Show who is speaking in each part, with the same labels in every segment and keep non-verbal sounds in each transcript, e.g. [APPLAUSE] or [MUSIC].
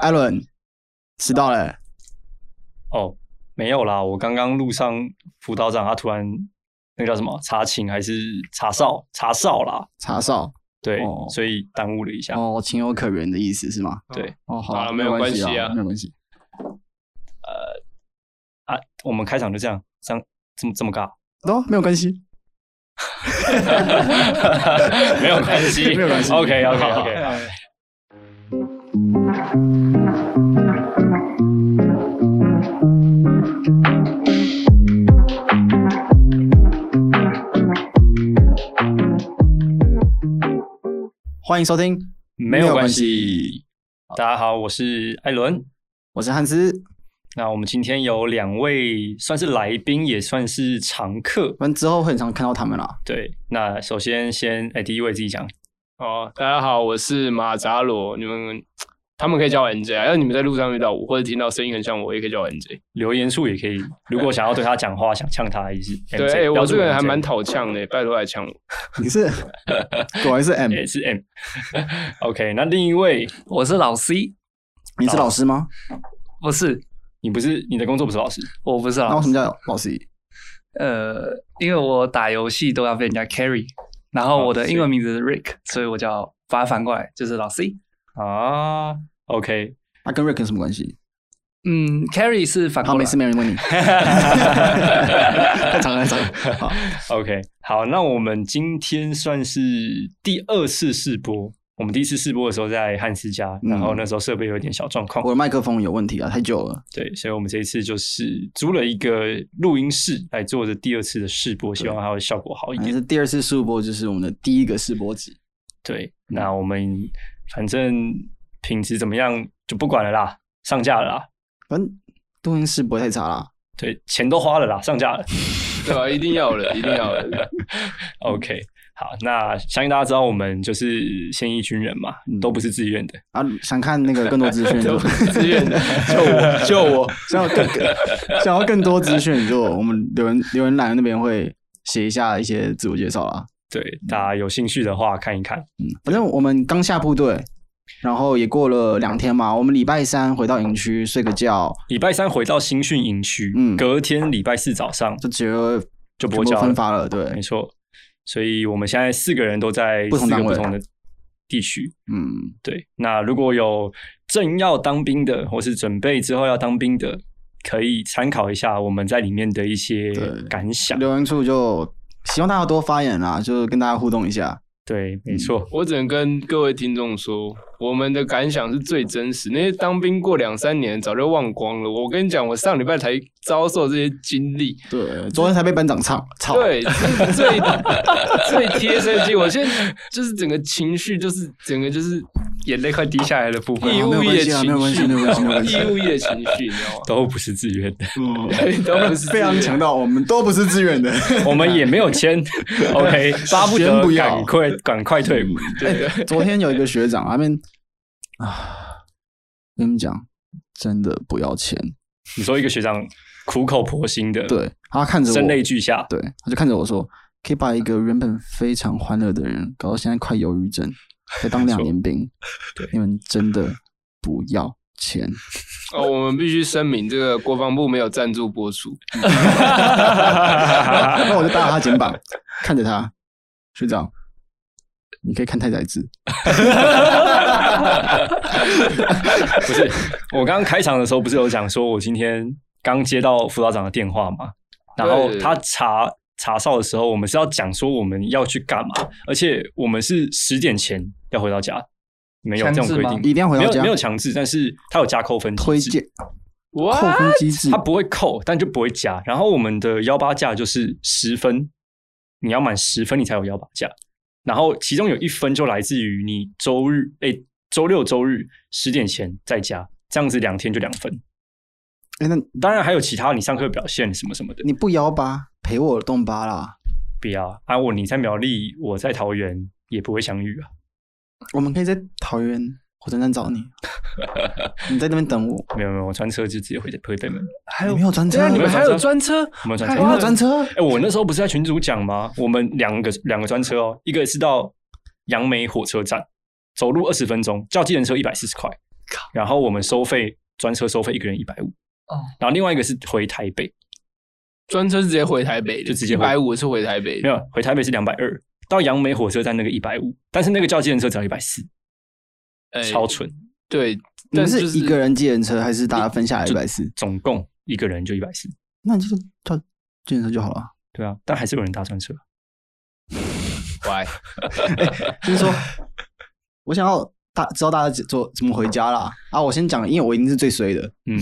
Speaker 1: 艾伦迟到了，
Speaker 2: 哦，没有啦，我刚刚路上辅导长他突然那个叫什么查寝还是查哨查哨啦，
Speaker 1: 查哨
Speaker 2: 对，
Speaker 1: 哦
Speaker 2: 所以耽误了一下。
Speaker 1: 哦，情有可原的意思是吗？
Speaker 2: 嗯对
Speaker 1: 哦，好
Speaker 3: 好
Speaker 1: 啊，
Speaker 3: 了
Speaker 1: 没
Speaker 3: 没有
Speaker 1: 关
Speaker 3: 关系啊
Speaker 1: 没有关系。
Speaker 2: 啊，我们开场就这样，这样这么这
Speaker 1: [LAUGHS]
Speaker 2: 么尬，
Speaker 1: 哦，没有关系，
Speaker 2: 没有关系，
Speaker 1: 没有关系
Speaker 2: OK OK OK，
Speaker 1: 欢迎收听，
Speaker 2: 没有关系。大家好，我是艾伦。
Speaker 1: 我是汉斯，
Speaker 2: 那我们今天有两位算是来宾，也算是常客。
Speaker 1: 反正之后会很常看到他们啊啦。
Speaker 2: 对，那首先先哎，第一位自己讲，
Speaker 3: 哦，大家好，我是马扎罗，你们他们可以叫我 NJ 啊。要是你们在路上遇到我，或者听到声音很像我，也可以叫我 NJ。
Speaker 2: 留言数也可以。如果想要对他讲话，想呛他一次，
Speaker 3: 对，
Speaker 2: MJ
Speaker 3: 哎我
Speaker 2: 标
Speaker 3: 这
Speaker 2: 准
Speaker 3: 个人还
Speaker 2: MJ
Speaker 3: 蛮讨呛的，拜托来呛我。
Speaker 1: 你是果然是 M，
Speaker 2: 也是 M。OK，那另一位，
Speaker 4: 我是老 C，
Speaker 1: 你是老师吗？
Speaker 4: 不是，
Speaker 2: 你不是你的工作不是老师，
Speaker 4: 我不是
Speaker 1: 那为
Speaker 4: 老
Speaker 1: 什
Speaker 4: 师
Speaker 1: 么。叫老师？
Speaker 4: 呃，因为我打游戏都要被人家 carry，然后我
Speaker 2: 老
Speaker 4: 的
Speaker 2: C
Speaker 4: 英文名字是 Rick，所以我叫把它反过来就是老 C。
Speaker 2: 啊，OK，
Speaker 1: 那跟 Rick 有什么关系？
Speaker 4: 嗯，carry 是反
Speaker 1: 好，
Speaker 4: 过
Speaker 1: 没
Speaker 4: 来
Speaker 1: 事，。没人问你。太长了，太长了。好，
Speaker 2: OK，好，那我们今天算是第二次试播。我们第一次试播的时候在汉斯家，然后
Speaker 1: 嗯
Speaker 2: 那时候设备有点小状况，
Speaker 1: 我的麦克风有问题啊，太旧了。
Speaker 2: 对，所以我们这一次就是租了一个录音室来做的第二次的试播，希望它会效果好一
Speaker 1: 也
Speaker 2: 点。
Speaker 1: 是第二次试播，就是我们的第一个试播集。
Speaker 2: 对，
Speaker 1: 嗯
Speaker 2: 那我们反正品质怎么样就不管了啦，上架了啦，
Speaker 1: 反正录音试播太差啦。
Speaker 2: 对，钱都花了啦，上架了。
Speaker 3: 对吧、一定要的，一定要的。
Speaker 1: 嗯
Speaker 2: OK，好，那相信大家知道我们就是现役军人嘛，
Speaker 1: 嗯
Speaker 2: 都不是自愿的。
Speaker 1: 啊，想看那个更多资
Speaker 3: [LAUGHS]
Speaker 1: 讯，就
Speaker 3: 自愿的，
Speaker 1: [LAUGHS]
Speaker 3: 救我，救我！
Speaker 1: 想要更 [LAUGHS] 更想要更多资讯，就我们留言留言栏那边会写一下一些自我介绍啦。
Speaker 2: 对，大家有兴趣的话看一看。
Speaker 1: 反正我们刚下部队，然后也过了两天嘛，我们礼拜三回到营区睡个觉，
Speaker 2: 礼拜三回到新训营区，
Speaker 1: 嗯
Speaker 2: 隔天礼拜四早上
Speaker 1: 就直接
Speaker 2: 就
Speaker 1: 全
Speaker 2: 播
Speaker 1: 部
Speaker 2: 交
Speaker 1: 分
Speaker 2: 了。
Speaker 1: 发了。对，
Speaker 2: 没错，所以我们现在四个人都在
Speaker 1: 不同
Speaker 2: 四个
Speaker 1: 单
Speaker 2: 不
Speaker 1: 位
Speaker 2: 同的地区。
Speaker 1: 嗯，
Speaker 2: 对，那如果有正要当兵的，或是准备之后要当兵的，可以参考一下我们在里面的一些
Speaker 1: 对
Speaker 2: 感想。
Speaker 1: 留言处就希望大家多发言啦，就是跟大家互动一下。
Speaker 2: 对，
Speaker 1: 嗯
Speaker 2: 没错，
Speaker 3: 我只能跟各位听众说，我们的感想是最真实。那些当兵过两三年，早就忘光了。我跟你讲，我上礼拜才遭受这些经历，
Speaker 1: 对，昨天才被班长唱操，
Speaker 3: 对，这是最 [LAUGHS] 最贴身的经历。我现在就是整个情绪，就是整个就是
Speaker 4: 眼泪快滴下来的部分
Speaker 1: 没。
Speaker 3: 义
Speaker 1: 有
Speaker 3: 务役
Speaker 1: 关
Speaker 3: 的
Speaker 1: 系啊
Speaker 3: 情
Speaker 1: 没有关系
Speaker 3: 绪，你
Speaker 1: 没有
Speaker 3: 知
Speaker 1: 关
Speaker 3: 道
Speaker 1: 系没有
Speaker 3: 吗？
Speaker 1: 关系哦
Speaker 3: [LAUGHS] 义务役的情绪，你知道吗？
Speaker 2: 都不是自愿的，
Speaker 3: [LAUGHS] 对，都不
Speaker 1: [LAUGHS]
Speaker 3: 是
Speaker 1: 非常强调，我们都不是自愿的。
Speaker 2: [LAUGHS] 我们也没有
Speaker 1: [LAUGHS]
Speaker 2: 签，OK，巴不
Speaker 1: 先
Speaker 2: 得
Speaker 1: 不要
Speaker 2: 赶快赶快退伍。
Speaker 1: [LAUGHS] 哎昨天有一个学长，他们啊，跟你们讲，真的不要钱。
Speaker 2: 你说一个学长苦口婆心的，，
Speaker 1: 对，他看着我，
Speaker 2: 声泪
Speaker 1: [LAUGHS]
Speaker 2: 俱下， [LAUGHS]
Speaker 1: 对，他就看着我说，可以把一个原本非常欢乐的人搞到现在快忧郁
Speaker 2: [LAUGHS]
Speaker 1: 症，才当两年兵，你们真的不要
Speaker 2: [LAUGHS]
Speaker 1: 钱。
Speaker 3: 哦，我们必须声明，这个国防部没有赞助播出。
Speaker 1: 那我就搭他肩膀，看着他，学长，你可以看太宰治，
Speaker 2: 不是，我刚刚开场的时候不是有讲说，我今天刚接到辅导长的电话嘛，然后
Speaker 3: 对
Speaker 2: 他查查哨的时候，我们是要讲说我们要去干嘛，而且我们是十点前要回到家，没有这
Speaker 4: 强
Speaker 2: 种
Speaker 4: 制
Speaker 2: 规
Speaker 4: 吗
Speaker 2: 定，
Speaker 1: 一定要回
Speaker 2: 没
Speaker 1: 到
Speaker 2: 有
Speaker 1: 家
Speaker 2: 没有。强制，但是他有加扣分机制
Speaker 1: 推
Speaker 2: [LAUGHS]
Speaker 1: 荐
Speaker 3: 哇
Speaker 1: 扣分机制
Speaker 2: 他，不会扣，但就不会加。然后我们的幺八价就是十分，你要满十分你才有幺八价。然后其中有一分就来自于你周日，哎、周六周日十点前在家，这样子两天就两分。
Speaker 1: 哎，那
Speaker 2: 当然还有其他你上课表现什么什么的，
Speaker 1: 你不幺八陪我动八啦，
Speaker 2: 不要啊！我你在苗栗，我在桃园，也不会相遇啊，
Speaker 1: 我们可以在桃园火车站找你，你在那边等我。
Speaker 2: 没有没有，我专车就直接回回北门，
Speaker 4: 还
Speaker 1: 你没有专车，
Speaker 4: 对啊，你们还有专车？
Speaker 2: 我们专
Speaker 1: 你
Speaker 2: 车
Speaker 1: 没有专车，啊
Speaker 2: 哎、我那时候不是在群主讲吗？我们两个两个专车哦，一个是到杨梅火车站，走路二十分钟，叫计程车一百四十块，然后我们收费专车收费一个人一百五，
Speaker 4: 哦，
Speaker 2: 然后另外一个是回台北，
Speaker 3: [LAUGHS] 专车是直接回台北的，
Speaker 2: 就直接
Speaker 3: 一
Speaker 2: 回
Speaker 3: 百五是回台北
Speaker 2: 没
Speaker 3: 的，
Speaker 2: 有回台北是两百二，到杨梅火车站那个一百五，但是那个叫计程车只要一百四，
Speaker 3: 哎
Speaker 2: 超蠢，
Speaker 3: 对，
Speaker 1: 你
Speaker 3: 但
Speaker 1: 们是
Speaker 3: 就是
Speaker 1: 一个人计程车还是大家分下来一百四？
Speaker 2: 总共一个人就一百四，
Speaker 1: 那你就叫计程车就好了。
Speaker 2: 对啊，但还是有人搭专车，
Speaker 3: 乖，
Speaker 1: 就是说，我想要大知道大家怎怎么回家啦。啊，我先讲，因为我一定是最衰的，
Speaker 2: 嗯，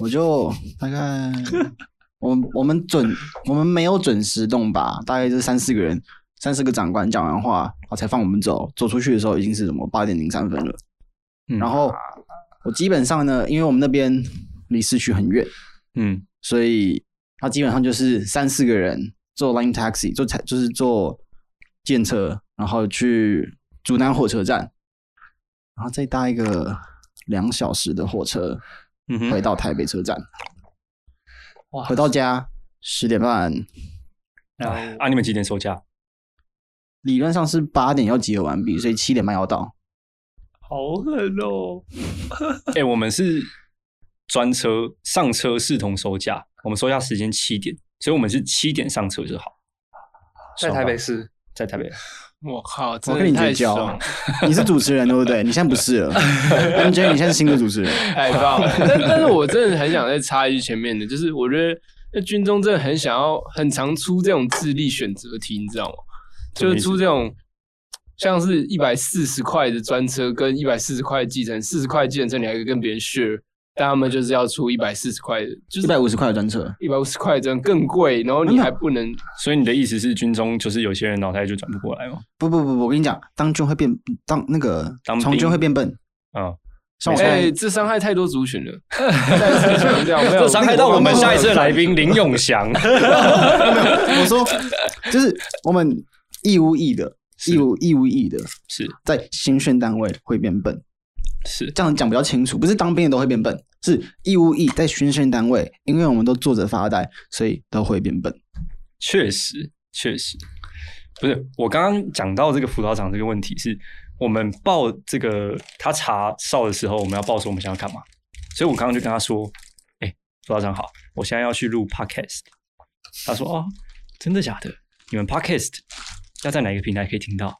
Speaker 1: 我就大概我们我们准我们没有准时动吧，大概就是三四个人，三四个长官讲完话，然后才放我们走。走出去的时候已经是什么八点零三分了。
Speaker 2: 嗯
Speaker 1: 然后我基本上呢，因为我们那边离市区很远，
Speaker 2: 嗯
Speaker 1: 所以他基本上就是三四个人坐 Line Taxi，坐台就是坐电车，然后去竹南火车站，然后再搭一个两小时的火车
Speaker 2: 嗯
Speaker 1: 回
Speaker 2: 哼，
Speaker 1: 到台北车站，
Speaker 3: 嗯
Speaker 4: 哇
Speaker 1: 回到家十点半，
Speaker 2: 哎啊，你们几点收假？
Speaker 1: 理论上是八点要集合完毕，所以七点半要到。
Speaker 4: 好狠哦！
Speaker 2: [LAUGHS] 哎，我们是专车上车视同收假，我们收假时间七点，所以我们是七点上车就好，
Speaker 4: 在台北市，
Speaker 2: 在台北，
Speaker 3: 我靠，
Speaker 1: 我
Speaker 3: 真
Speaker 1: 跟
Speaker 3: 的
Speaker 1: 你
Speaker 3: 太
Speaker 1: 绝交啊
Speaker 3: 爽，，
Speaker 1: 你是主持人对不对？你现在不是
Speaker 3: [LAUGHS]
Speaker 1: 了，MJ，你现在是新的主持人。
Speaker 3: 太棒了！ [LAUGHS] 但但是我真的很想再插一句前面的，就是我觉得那军中真的很想要很常出这种智力选择题，你知道吗？
Speaker 2: 什么
Speaker 3: 就
Speaker 2: 意思
Speaker 3: 是出这种像是一百四十块的专车跟一百四十块的计程，四十块的计程车你还可以跟别人 share，但他们就是要出一百四十块的，就
Speaker 1: 一
Speaker 3: 是
Speaker 1: 百五十块的专车，
Speaker 3: 一百五十块真的更贵，然后你还不能
Speaker 2: 所以你的意思是军中就是有些人脑袋就转不过来吗？
Speaker 1: 不不不不，我跟你讲，当军会变当那个
Speaker 2: 当
Speaker 1: 从
Speaker 2: 兵
Speaker 1: 军会变笨，
Speaker 2: 啊，
Speaker 1: 像我现 [LAUGHS] 在
Speaker 3: 哎、这伤害太多族群
Speaker 2: [LAUGHS]
Speaker 3: 了，再次强调没有
Speaker 2: 这伤害到我们下一次的来宾林永祥， [LAUGHS]
Speaker 1: 我说，就是我们义无义的，
Speaker 2: 是
Speaker 1: 义无义无义的，
Speaker 2: 是
Speaker 1: 在新训单位会变笨。
Speaker 2: 是，
Speaker 1: 这样讲比较清楚，不是当兵的都会变笨，是义无义在新训单位，因为我们都坐着发呆，所以都会变笨。
Speaker 2: 确实确实，不是我刚刚讲到这个辅导长这个问题是，我们报这个他查哨的时候，我们要报说我们想要干嘛，所以我刚刚就跟他说，哎、辅导长好，我现在要去录 podcast，他说哦，真的假的？你们 podcast 要在哪个平台可以听到？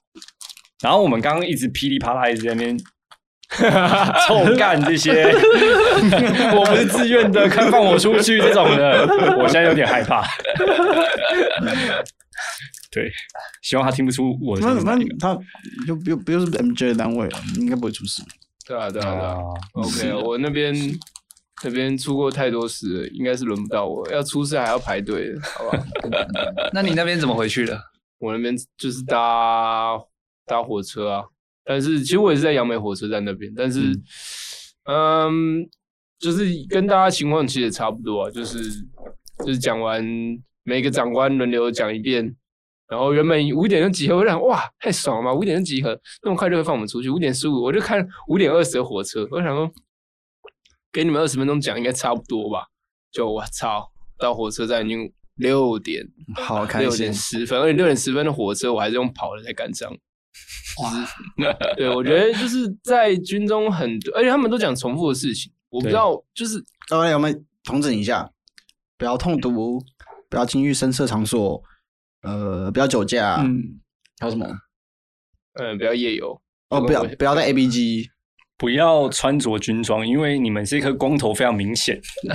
Speaker 2: 然后我们刚刚一直噼里啪啦一直在那边 [LAUGHS] 臭干这些， [LAUGHS] 我不是自愿的，快放我出去这种的，我现在有点害怕。对，希望他听不出我的声
Speaker 1: 那
Speaker 2: 音是哪
Speaker 1: 那
Speaker 2: 一个
Speaker 1: 他又又不又是 MJ 的单位了，应该不会出事。
Speaker 3: 对啊对啊对
Speaker 1: 呃
Speaker 3: 啊
Speaker 2: 啊。
Speaker 3: OK，我那边那边出过太多事了，应该是轮不到我。要出事还要排队，好吧？
Speaker 4: 那你那边怎么回去的？
Speaker 3: 我那边就是搭搭火车啊，但是其实我也是在杨梅火车站那边，但是嗯就是跟大家情况其实也差不多啊，就是就是讲完每个长官轮流讲一遍。然后原本五点就集合，我就想哇太爽了嘛！五点就集合，那么快就会放我们出去。五点十五我就看五点二十的火车，我想说给你们二十分钟讲应该差不多吧。就我操，到火车站已经六点，
Speaker 1: 好开
Speaker 3: 六
Speaker 1: 心
Speaker 3: 点，十分，而且六点十分的火车，我还是用跑的才赶上。哇！对，我觉得就是在军中很多，而且他们都讲重复的事情，我不知道，就是
Speaker 1: 各位我们统整一下，不要痛毒，不要进入深色场所，呃，不要酒驾，
Speaker 4: 嗯，
Speaker 1: 还有什么？
Speaker 3: 嗯，不要夜游，
Speaker 1: 哦，不要
Speaker 3: 这个我
Speaker 1: 不要在 ABG，
Speaker 2: 不要穿着军装，因为你们这颗光头非常明
Speaker 3: [LAUGHS]
Speaker 2: 显，
Speaker 3: 对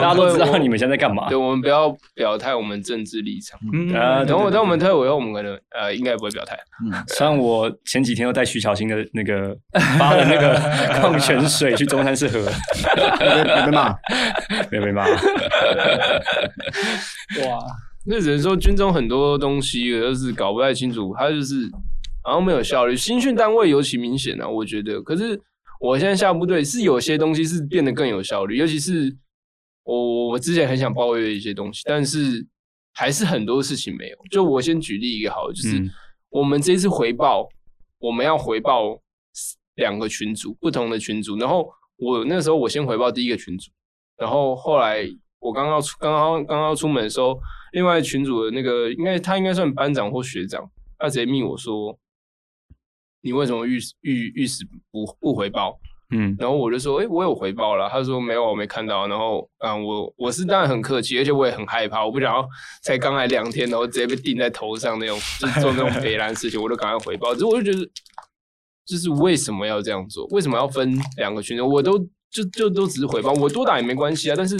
Speaker 2: 大家都知
Speaker 3: 我
Speaker 2: 道
Speaker 3: 们
Speaker 2: 你们现在干嘛
Speaker 3: 对，。我们不要表态我们政治立场。
Speaker 2: 嗯啊，
Speaker 3: 等
Speaker 2: 等
Speaker 3: 我
Speaker 2: 我
Speaker 3: 等
Speaker 2: 等
Speaker 3: 我
Speaker 2: 我们。
Speaker 3: 们退伍以后，我们可能呃应该也不会表态。
Speaker 1: 嗯，
Speaker 2: 虽然我前几天又带徐小新的那个发的那个 [LAUGHS] 矿泉水去中山市喝，
Speaker 1: 你被你被骂，
Speaker 2: 没有被骂。
Speaker 4: 哇，
Speaker 3: 那只能说军中很多东西我就是搞不太清楚，它就是好像没有效率。新训单位尤其明显啊，我觉得。可是我现在下部队是有些东西是变得更有效率，尤其是我我我之前很想抱怨一些东西，但是还是很多事情没有。就我先举例一个好了，就是
Speaker 2: 嗯
Speaker 3: 我们这次回报，我们要回报两个群组，不同的群组。然后我那时候我先回报第一个群组，然后后来我刚刚出刚刚刚刚出门的时候，另外群组的那个应该他应该算班长或学长，他直接密我说，你为什么遇遇遇事不不回报？
Speaker 2: 嗯
Speaker 3: 然后我就说，哎、我有回报了。他说没有，我没看到。然后，嗯，我我是当然很客气，而且我也很害怕，我不想要才刚来两天，然后直接被钉在头上那种，就是做那种北兰事情，我都赶快回报。只是我就觉得，就是为什么要这样做？为什么要分两个群众？我都就就都只是回报，我多打也没关系啊。但是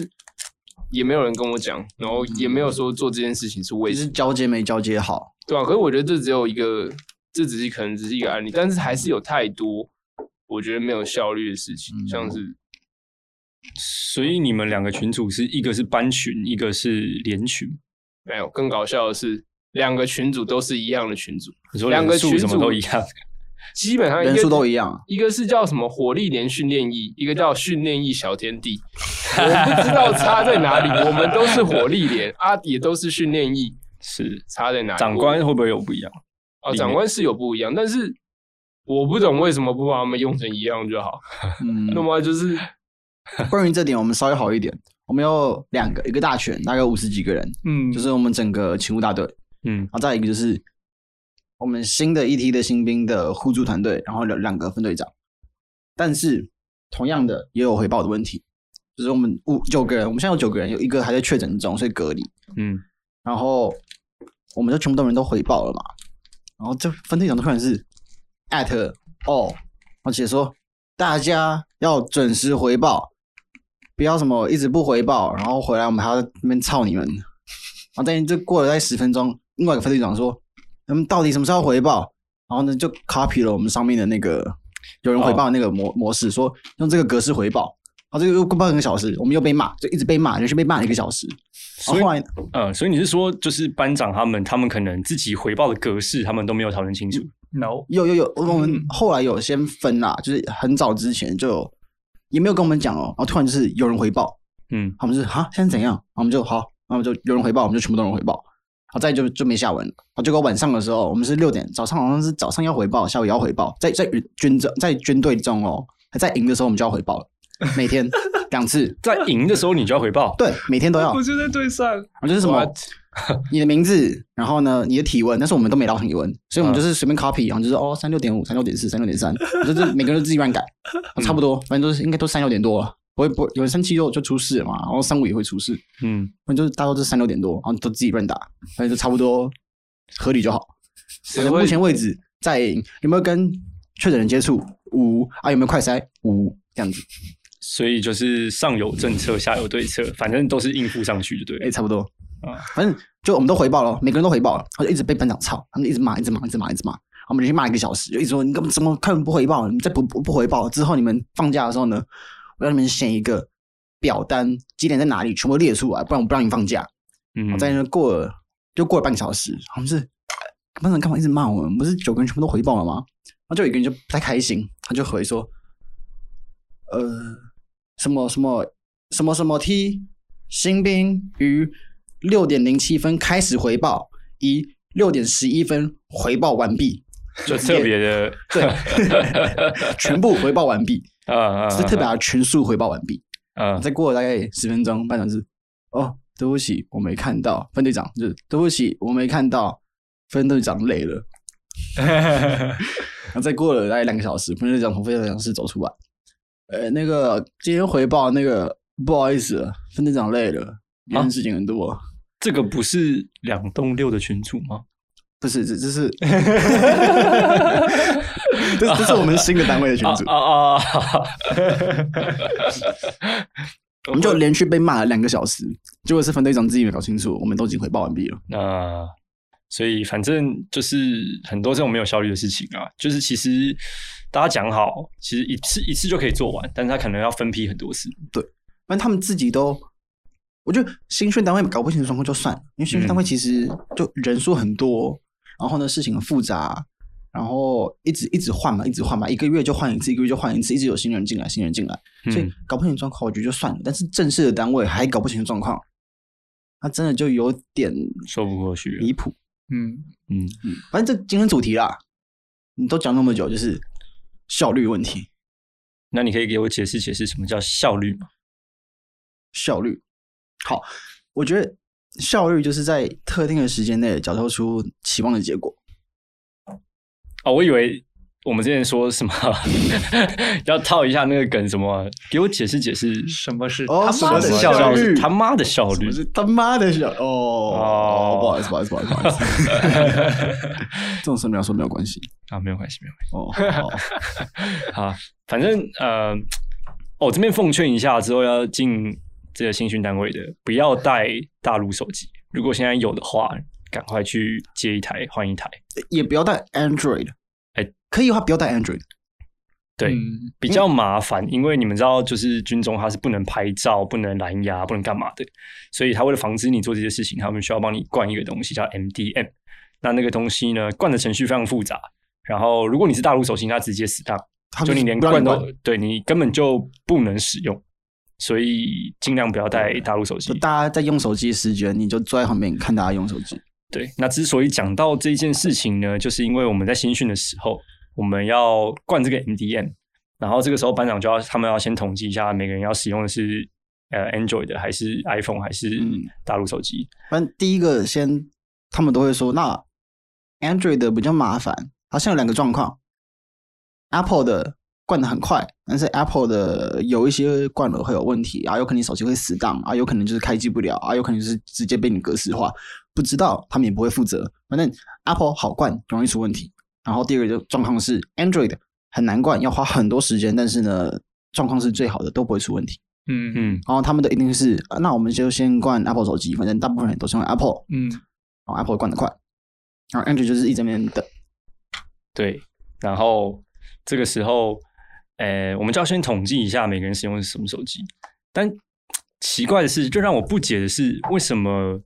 Speaker 3: 也没有人跟我讲，然后也没有说做这件事情是为
Speaker 1: 也
Speaker 3: 什
Speaker 1: 是
Speaker 3: 么，
Speaker 1: 交接没交接
Speaker 3: [LAUGHS]
Speaker 1: 好，
Speaker 3: 对啊吧、可是我觉得这只有一个，这只是可能只是一个案例，但是还是有太多我觉得没有效率的事情，
Speaker 1: 嗯
Speaker 3: 像是。
Speaker 2: 所以你们两个群组是一个是班群，一个是联群。
Speaker 3: 没有，更搞笑的是，两个群主都是一样的群主，
Speaker 2: 你说
Speaker 3: 两个
Speaker 2: 人数
Speaker 3: 群
Speaker 2: 什么
Speaker 3: 组
Speaker 2: 都一样，
Speaker 3: 基本上一个
Speaker 1: 人数都一样。
Speaker 3: 一个是叫什么火力连训练役，一个叫训练役小天
Speaker 1: [LAUGHS]
Speaker 3: 地，我不知道差在哪里。我们都是火力连，阿迪都是训练役， [LAUGHS]
Speaker 2: 是
Speaker 3: 差在哪里？
Speaker 2: 长官会不会有不一样？
Speaker 3: 啊，长官是有不一样，但是我不懂为什么不把他们用成一样就好。
Speaker 1: 嗯，
Speaker 3: [LAUGHS] 那么就是
Speaker 1: 关于这点，我们稍微好一点。我们有两个，一个大群，大概五十几个人，
Speaker 4: 嗯，
Speaker 1: 就是我们整个勤务大队，然
Speaker 2: 嗯
Speaker 1: 后再一个就是我们新的一梯的新兵的互助团队，然后有两个分队长。但是同样的也有回报的问题，就是我们五九个人，我们现在有九个人，有一个还在确诊中，所以隔离。
Speaker 2: 嗯，
Speaker 1: 然后我们就全部的人都回报了嘛。然后这分队长都突然是 at 哦，而且说大家要准时回报，不要什么一直不回报，然后回来我们还要在那边操你们。然后但就过了大概十分钟，另外一个分队长说，他们到底什么时候回报？然后呢就 copy 了我们上面的那个有人回报的那个模、模式，说用这个格式回报。然后这个又过半个小时，我们又被骂，就一直被骂，连续被骂了一个小时。然
Speaker 2: 所
Speaker 1: 后
Speaker 2: 以
Speaker 1: 后来
Speaker 2: 呃，所以你是说，就是班长他们，他们可能自己回报的格式，他们都没有讨论清楚。
Speaker 4: no，
Speaker 1: 有有有，我们后来有先分啦，就是很早之前就有，也没有跟我们讲哦，然后突然就是有人回报，
Speaker 2: 嗯，
Speaker 1: 他们就是哈，现在怎样？然后我们就好，那我们就有人回报，我们就全部都有人回报，然后再就就没下文了。然后结果晚上的时候，我们是六点，早上好像是早上要回报，下午也要回报，在在军中在军队中哦，还在营的时候我们就要回报了，每天两次，
Speaker 2: 在赢的时候你就要回报。
Speaker 1: 对，啊每天都要
Speaker 4: 我，就在队上，
Speaker 1: 然后就是什么
Speaker 3: What？
Speaker 1: [LAUGHS] 你的名字，然后呢你的体温，但是我们都没量体温，所以
Speaker 3: 嗯
Speaker 1: 我们就是随便 copy，然后就是哦三六点五、三六点四、三六点三，就是每个人都自己乱
Speaker 3: [LAUGHS]
Speaker 1: 改，差不多，反正都是应该都三六点多了，不会不会有三七就就出事了嘛，然后三五也会出事，
Speaker 2: 嗯，
Speaker 1: 反正就是大多都是三六点多，然后都自己乱打，反正就差不多合理就好。
Speaker 3: 谁
Speaker 1: 反正
Speaker 3: 会
Speaker 1: 目前为止在有没有跟确诊人接触五啊有没有快筛五这样子，
Speaker 2: 所以就是上有政策，下有对策，反正都是应付上去就对
Speaker 1: 哎、
Speaker 2: 了。
Speaker 1: 差不多
Speaker 2: 啊
Speaker 1: 反正就我们都回报了，每个人都回报了，他就一直被班长操，他们一直骂，一直骂，一直骂，一直骂，我们连续骂一个小时，就一直说你根本怎么根本不回报，你再不不不回报之后，你们放假的时候呢，我让你们写一个表单，几点在哪里，全部列出来，不然我不让你放假。
Speaker 2: 嗯
Speaker 1: 我，在那过了就过了半个小时，我们是班长干嘛一直骂我们？不是九个人全部都回报了吗？然后就有一个人就不太开心，他就回说，呃，什么什么什么什么 T 新兵于六点零七分开始回报，以六点十一分回报完毕，
Speaker 2: 就特别的，
Speaker 1: 对，全部回报完毕，
Speaker 2: 啊啊，
Speaker 1: 是特别把全数回报完毕。
Speaker 2: 啊，
Speaker 1: 再过了大概十分钟，班长是哦，对不起，我没看到。分队长就是对不起，我没看到。分队长累了， [LAUGHS] 然后再过了大概两个小时，分队长从分队长室走出来，呃，那个今天回报那个不好意思，分队长累了，今
Speaker 2: 啊
Speaker 1: 天事情很多。
Speaker 2: 这个不是两栋六的群组吗？
Speaker 1: 不是，这这是，
Speaker 2: [LAUGHS]
Speaker 1: 这这是我们新的单位的群组，
Speaker 2: 啊啊！啊
Speaker 1: 我们就连续被骂了两个小时，结果是分队长自己没搞清楚，我们都已经回报完毕了。
Speaker 2: 那所以反正就是很多这种没有效率的事情啊，就是其实大家讲好，其实一次一次就可以做完，但是他可能要分批很多次。
Speaker 1: 但他们自己都，我觉得新训单位搞不清楚状况就算了，因为新训单位其实就人数很多，然后呢事情很复杂，然后一直一直换嘛，一直换嘛，一个月就换一次，一个月就换一次，一直有新人进来，新人进来，所以
Speaker 2: 嗯
Speaker 1: 搞不清楚状况我觉得就算了。但是正式的单位还搞不清楚状况，那真的就有点
Speaker 2: 说不过去了
Speaker 1: 离谱。
Speaker 4: 嗯，
Speaker 2: 嗯，
Speaker 1: 嗯，反正这今天主题啦，你都讲那么久，就是效率问题，
Speaker 2: 那你可以给我解释解释什么叫效率吗？
Speaker 1: 效率。好，我觉得效率就是在特定的时间内缴交出期望的结果。
Speaker 2: 哦，我以为我们之前说什么 [LAUGHS] 要套一下那个梗，什么给我解释解释
Speaker 4: 什么是
Speaker 1: 哦
Speaker 4: 他妈的
Speaker 1: 什么是
Speaker 4: 效率
Speaker 1: 效？率
Speaker 2: 他妈的效
Speaker 1: 什
Speaker 2: 率
Speaker 1: 么，是他妈的小哦
Speaker 2: 哦
Speaker 1: 不好意思，不好意思，不好意思，不好意思， [LAUGHS] 这种事没有说没有关系
Speaker 2: 啊，没有关系，没有关
Speaker 1: 哦。好
Speaker 2: 系。好，反正呃，我这边奉劝一下，之后要进这个新训单位的，不要带大陆手机。如果现在有的话，赶快去借一台换一台。
Speaker 1: 也不要带 Android，
Speaker 2: [LAUGHS] 哎
Speaker 1: 可以的话不要带 Android，
Speaker 2: 对，
Speaker 4: 嗯
Speaker 2: 比较麻烦，因为你们知道，就是军中它是不能拍照、不能蓝牙、不能干嘛的，所以他为了防止你做这些事情，他们需要帮你灌一个东西叫 MDM。那那个东西呢，灌的程序非常复杂。然后，如果你是大陆手机，它直接死当，
Speaker 1: 它
Speaker 2: 哦就你连
Speaker 1: 不让
Speaker 2: 灌都
Speaker 1: 管
Speaker 2: 对你根本就不能使用，所以尽量不要带大陆手机
Speaker 1: 就。大家在用手机的时间，你就坐在旁边看大家用手机。
Speaker 2: 对，那之所以讲到这件事情呢，就是因为我们在新训的时候，我们要灌这个 MDM，然后这个时候班长就要他们要先统计一下每个人要使用的是呃 Android 的还是 iPhone 还是
Speaker 1: 嗯
Speaker 2: 大陆手机。
Speaker 1: 反正第一个先，他们都会说，那 Android 的比较麻烦，好像有两个状况，Apple 的灌的很快，但是 Apple 的有一些灌了会有问题啊，有可能你手机会死档啊，有可能就是开机不了啊，有可能就是直接被你格式化，不知道他们也不会负责。反正 Apple 好灌，容易出问题。然后第二个就状况是 Android 很难灌，要花很多时间，但是呢，状况是最好的，都不会出问题。
Speaker 4: 嗯
Speaker 2: 嗯，
Speaker 1: 然后他们的一定是，呃那我们就先灌 Apple 手机，反正大部分人都是用 Apple，
Speaker 4: 嗯，
Speaker 1: 然后 Apple 灌的快，然后 Android 就是一直在那边等。
Speaker 2: 对。然后这个时候，呃，我们就要先统计一下每个人使用的是什么手机。但奇怪的是，就让我不解的是，为什么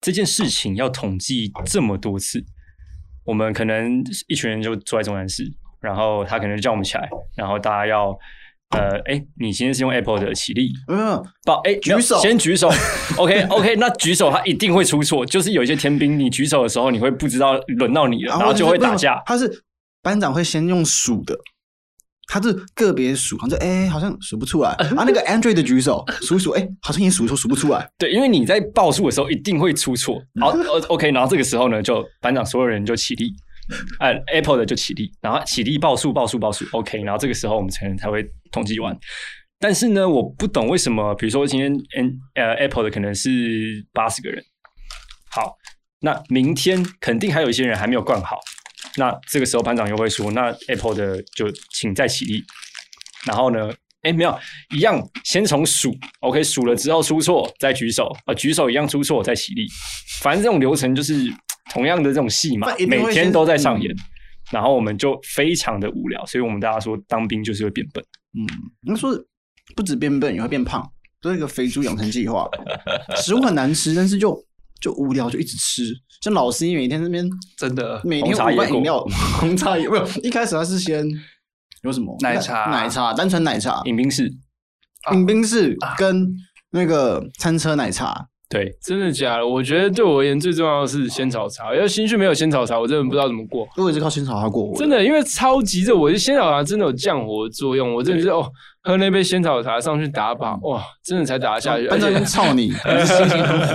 Speaker 2: 这件事情要统计这么多次？我们可能一群人就坐在中南市，然后他可能叫我们起来，然后大家要。呃，哎，你今天是用 Apple 的起立
Speaker 1: 没有没有，
Speaker 2: 报，哎，没有
Speaker 1: 举手
Speaker 2: 先举手
Speaker 1: [LAUGHS]
Speaker 2: ，OK OK，那举手他一定会出错，就是有一些天兵，你举手的时候你会不知道轮到你了，
Speaker 1: 啊
Speaker 2: 然后就会打架，
Speaker 1: 他是班长会先用数的，他是个别数，好像哎好像数不出
Speaker 2: [LAUGHS]
Speaker 1: 来啊。那个 Android 的举手数一数，哎好像也数一数数不出来。
Speaker 2: 对，因为你在报数的时候一定会出错。好呃，OK，然后这个时候呢，就班长所有人就起立，呃，Apple 的就起立，然后起立报数报数报数，OK，然后这个时候我们才能才会统计完。但是呢，我不懂为什么，比如说今天 N 呃 Apple 的可能是八十个人，好，那明天肯定还有一些人还没有灌好，那这个时候班长又会说，那 Apple 的就请再起立。然后呢，哎，没有，一样先从数，OK，数了之后出错再举手，啊、举手一样出错再起立，反正这种流程就是同样的这种戏嘛
Speaker 1: 那一，定
Speaker 2: 每
Speaker 1: 会
Speaker 2: 天
Speaker 1: 先
Speaker 2: 都在上演。
Speaker 1: 嗯
Speaker 2: 然后我们就非常的无聊，所以我们大家说当兵就是会变笨。
Speaker 1: 嗯，应该说不止变笨，也会变胖，这是一个肥猪养成计
Speaker 2: [LAUGHS]
Speaker 1: 划。食物很难吃，但是就就无聊，就一直吃。像老师每天那边
Speaker 4: 真的
Speaker 1: 每天五
Speaker 2: 红茶椰
Speaker 1: 罐
Speaker 2: 果
Speaker 1: 饮料， [LAUGHS] 红茶也没有。一开始他是先有什么
Speaker 4: 奶茶
Speaker 1: 奶茶单纯奶茶、
Speaker 2: 迎宾室，
Speaker 1: 饮啊冰室跟那个餐车奶茶。
Speaker 2: 对，
Speaker 3: 真的假的？我觉得对我而言最重要的是仙草茶，因为新训没有仙草茶，我真的不知道怎么过。
Speaker 1: 我也是靠仙草他过活，
Speaker 3: 真的，因为超级热，我觉得仙草茶真的有降火的作用。我真的是哦，喝那杯仙草茶上去打靶，哇，真的才打得下去。而
Speaker 1: 班长
Speaker 3: 且
Speaker 1: 跟操你，你是心情很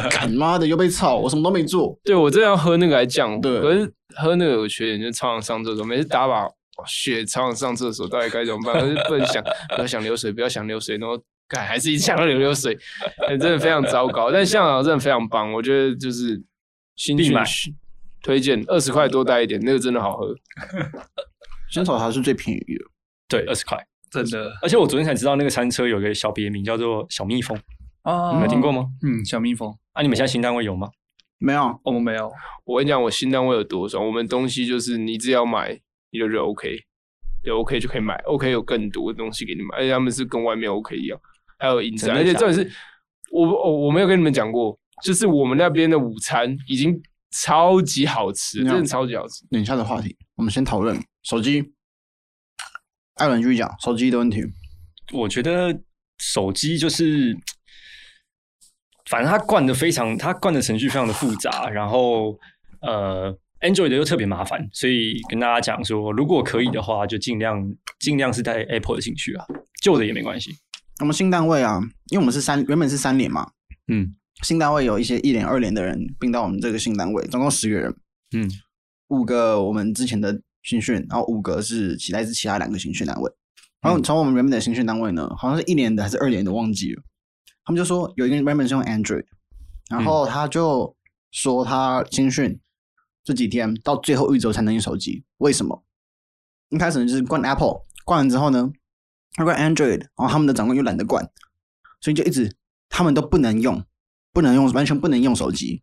Speaker 1: [LAUGHS] 火，干妈的又被操，我什么都没做。
Speaker 3: [LAUGHS] 对我真的要喝那个来降火，
Speaker 1: 对
Speaker 3: 可是喝那个有缺点，就是超想上厕所，每次打靶。哇血超想上厕所，到底该怎么办？我就不能想， [LAUGHS] 不要想流水，不要想流水，然后干还是一直想要流流水， [LAUGHS] 哎真的非常糟糕。但香港真的非常棒，我觉得就是新
Speaker 2: 必
Speaker 3: 训
Speaker 2: 买
Speaker 3: 推荐二十块多带一点，那个真的好喝。
Speaker 1: 仙草茶是最便宜的，
Speaker 2: 对，二十块。
Speaker 4: 真的
Speaker 2: 而且我昨天才知道，那个餐车有个小别名叫做小蜜蜂，
Speaker 4: 啊
Speaker 1: 哦
Speaker 2: 你们有听过？吗？
Speaker 4: 嗯，小蜜蜂，哦
Speaker 2: 啊，你们现在新单位有吗？
Speaker 1: 没有
Speaker 4: 我们没有，
Speaker 3: 我跟你讲，我新单位有多爽，我们东西就是你只要买，你就是 OK，有 OK 就可以买，OK 有更多的东西给你买，而且他们是跟外面 OK 一样，还有饮
Speaker 2: 真
Speaker 3: 餐，
Speaker 2: 的
Speaker 3: 而且
Speaker 2: 假的
Speaker 3: 重点是，我我我没有跟你们讲过，就是我们那边的午餐已经超级好吃，
Speaker 1: 嗯
Speaker 3: 真的超级好吃。
Speaker 1: 等一下的话题，我们先讨论手机。艾伦继续讲手机的问题。
Speaker 2: 我觉得手机就是，反正它灌的非常，它灌的程序非常的复杂，然后呃，Android 的又特别麻烦，所以跟大家讲说，如果可以的话，就尽量尽量是带 Apple 的进去啊，旧的也没关系。
Speaker 1: 我们新单位啊，因为我们是三原本是三连嘛，
Speaker 2: 嗯
Speaker 1: 新单位有一些一连、二连的人并到我们这个新单位，总共十个人，
Speaker 2: 嗯
Speaker 1: 五个我们之前的新训，然后五个是其来自其他两个新训单位。然后从我们原本的新训单位呢，好像是一年的还是二年的忘记了，他们就说有一个人原本是用 Android，然后他就说他新训这几天到最后一周才能用手机，为什么？一开始呢就是灌 Apple，灌完之后呢，他灌 Android，然后他们的长官又懒得灌，所以就一直他们都不能用，不能用，完全不能用手机，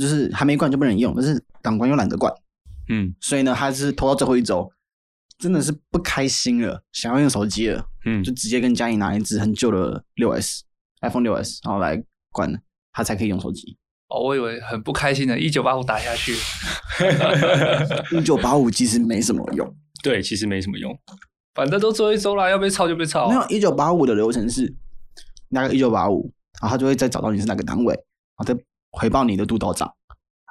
Speaker 1: 就是还没灌就不能用，但是长官又懒得灌，
Speaker 2: 嗯
Speaker 1: 所以呢，他是拖到最后一周，真的是不开心了，想要用手机了，
Speaker 2: 嗯
Speaker 1: 就直接跟家里拿一只很旧的六 S iPhone 六 S，然后来灌，他才可以用手
Speaker 3: [LAUGHS]
Speaker 1: 机。
Speaker 4: 哦，我以为很不开心的，一九八五打下去，
Speaker 1: 一九八五其实没什么用，
Speaker 2: 对，其实没什么用。
Speaker 4: 反正都做一周啦，要被抄就被
Speaker 3: 哦
Speaker 4: 抄
Speaker 1: 没。有一九八五的流程是那个一九八五，然后他就会再找到你是哪个单位，然后再回报你的督导长。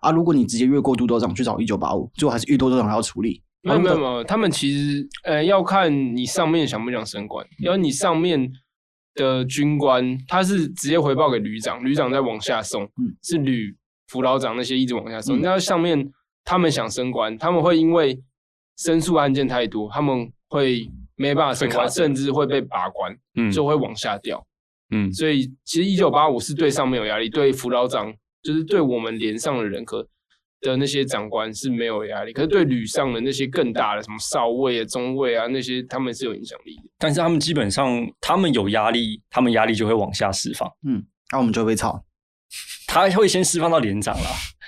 Speaker 1: 啊，如果你直接越过督导长去找一九八五，最后还是遇督导长要处理。
Speaker 3: 没有没有没有，他们其实呃要看你上面想不想升官，要你上面的军官他是直接回报给旅长，旅长再往下送，
Speaker 1: 嗯
Speaker 3: 是旅辅导长那些一直往下送。
Speaker 1: 嗯
Speaker 3: 那、上面他们想升官，他们会因为申诉案件太多，他们会没办法升
Speaker 2: 会卡
Speaker 3: 官，甚至会被拔官，
Speaker 2: 嗯
Speaker 3: 就会往下掉。
Speaker 2: 嗯
Speaker 3: 所以其实一九八五是对上面有压力，对辅导长就是对我们连上的人可的那些长官是没有压力，可是对旅上的那些更大的什么少尉啊、中尉啊那些，他们是有影响力的。
Speaker 2: 但是他们基本上，他们有压力，他们压力就会往下释放。
Speaker 1: 然后啊我们就会被操，
Speaker 2: 他会先释放到连长啦，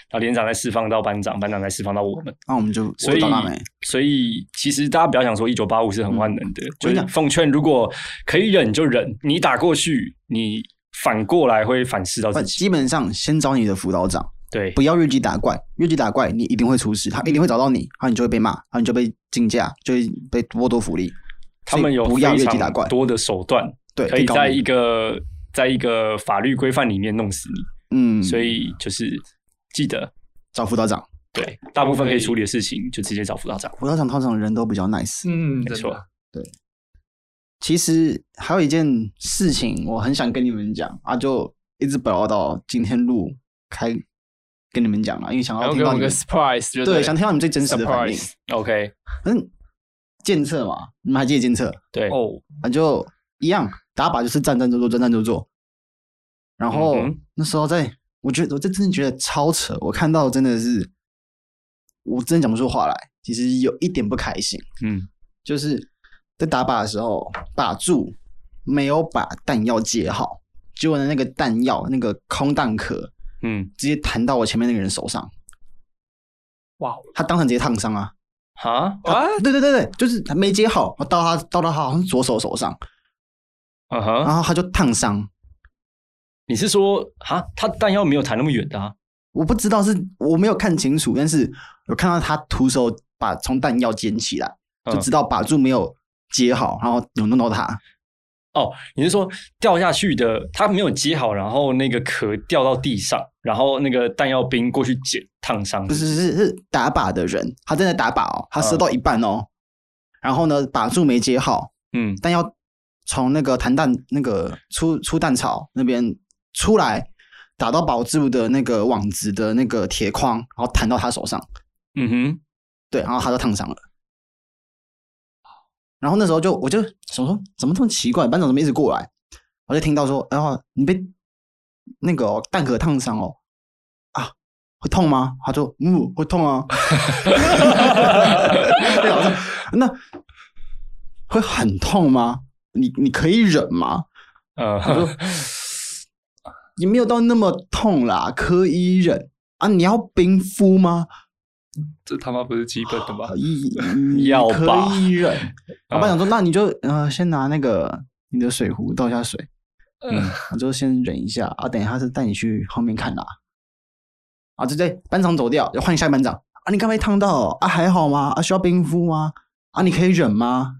Speaker 2: 然后连长再释放到班长，班长再释放到我们。
Speaker 1: 然后我们就
Speaker 2: 所以
Speaker 1: 我找大美，
Speaker 3: 哦
Speaker 2: 所以其实大家不要想说一九八五是很万能的，
Speaker 1: 我跟
Speaker 2: 就
Speaker 1: 你
Speaker 2: 是
Speaker 1: 讲
Speaker 2: 奉劝，如果可以忍就忍，你打过去，你反过来会反噬到
Speaker 1: 不
Speaker 2: 自己。
Speaker 1: 基本上先找你的辅导长，
Speaker 2: 对
Speaker 1: 不，要越级打怪，越级打怪你一定会出事，他一定会找到你，然后你就会被骂，然后你就被竞价，就会被剥夺福利。
Speaker 2: 他们有
Speaker 1: 所以不要
Speaker 2: 非
Speaker 1: 越级打
Speaker 2: 常
Speaker 1: 怪，
Speaker 2: 多的手段，
Speaker 1: 对，
Speaker 2: 可以
Speaker 1: 搞
Speaker 2: 在
Speaker 1: 你
Speaker 2: 一个在一个法律规范里面弄死你。
Speaker 1: 嗯，
Speaker 2: 所以就是记得，
Speaker 1: 找辅导长，
Speaker 2: 对，大部分可以处理的事情就直接找辅导长。
Speaker 1: 辅导长通常人都比较 nice。
Speaker 4: 嗯，
Speaker 2: 没
Speaker 4: 真
Speaker 2: 错
Speaker 4: 的。
Speaker 1: 其实还有一件事情，我很想跟你们讲啊，就一直表达到今天录开跟你们讲了，啊因为想
Speaker 3: 然
Speaker 1: 要
Speaker 3: 后
Speaker 1: 听
Speaker 3: 给我
Speaker 1: 到你
Speaker 3: 们个
Speaker 1: 们
Speaker 3: surprise，就
Speaker 1: 对，想听到你们最真实的反应。
Speaker 3: surprise。
Speaker 2: OK，
Speaker 1: 嗯，监测嘛，你们还记得监测？
Speaker 2: 对，
Speaker 4: 哦，
Speaker 1: 啊，就一样打靶就是战战兢兢，战战兢兢。然后、
Speaker 2: 嗯哼
Speaker 1: 那时候在，我觉得我真真的觉得超扯，我看到真的是，我真的讲不出话来，其实有一点不开心，
Speaker 2: 嗯
Speaker 1: 就是在打靶的时候，靶柱没有把弹药接好，结果呢那个弹药那个空弹壳
Speaker 2: 嗯，
Speaker 1: 直接弹到我前面那个人手上，
Speaker 2: 哦
Speaker 4: 哇，
Speaker 1: 他当场直接烫伤啊。
Speaker 2: 哈，
Speaker 1: 啊，对对对对，就是他没接好，我到他到他好像是左手手上，
Speaker 2: 嗯哼，
Speaker 1: 然后他就烫伤，
Speaker 2: 你是说哈，他弹药没有弹那么远的啊？
Speaker 1: 我不知道是我没有看清楚，但是有看到他徒手把从弹药捡起来，就
Speaker 2: 嗯
Speaker 1: 知道靶柱没有接好，然后有弄到他。
Speaker 2: 哦，你是说掉下去的，他没有接好，然后那个壳掉到地上，然后那个弹药兵过去捡，烫伤
Speaker 1: 不？是是是打靶的人，他正在打靶哦，他射到一半哦，然后呢靶柱没接好，
Speaker 2: 嗯
Speaker 1: 弹药从那个弹弹那个出出弹槽那边出来，打到靶柱的那个网子的那个铁框，然后弹到他手上。
Speaker 2: 嗯哼，
Speaker 1: 对，然后他就烫伤了。然后那时候就我就想说，怎么这么奇怪？班长怎么一直过来？我就听到说，哎呀，你被那个、哦、蛋壳烫伤哦，啊，会痛吗？他说，嗯，会痛啊。 [LAUGHS] 对，我说那会很痛吗？你你可以忍吗？
Speaker 2: 呃，
Speaker 1: 也没有到那么痛啦，可以忍啊。你要冰敷吗？
Speaker 4: 这他妈不是基本的吗？
Speaker 2: [LAUGHS]
Speaker 1: 一
Speaker 2: 要
Speaker 1: 可
Speaker 2: 吧嗯
Speaker 1: 以
Speaker 2: [LAUGHS]
Speaker 1: 忍。老板想说，那你就呃先拿那个你的水壶倒一下水，
Speaker 2: 嗯
Speaker 1: 我就先忍一下啊，等一下是带你去后面看啦。啊，对对，班长走掉，要换下一班长啊，你刚被烫到哦啊，还好吗？啊，需要冰敷吗？啊，你可以忍吗？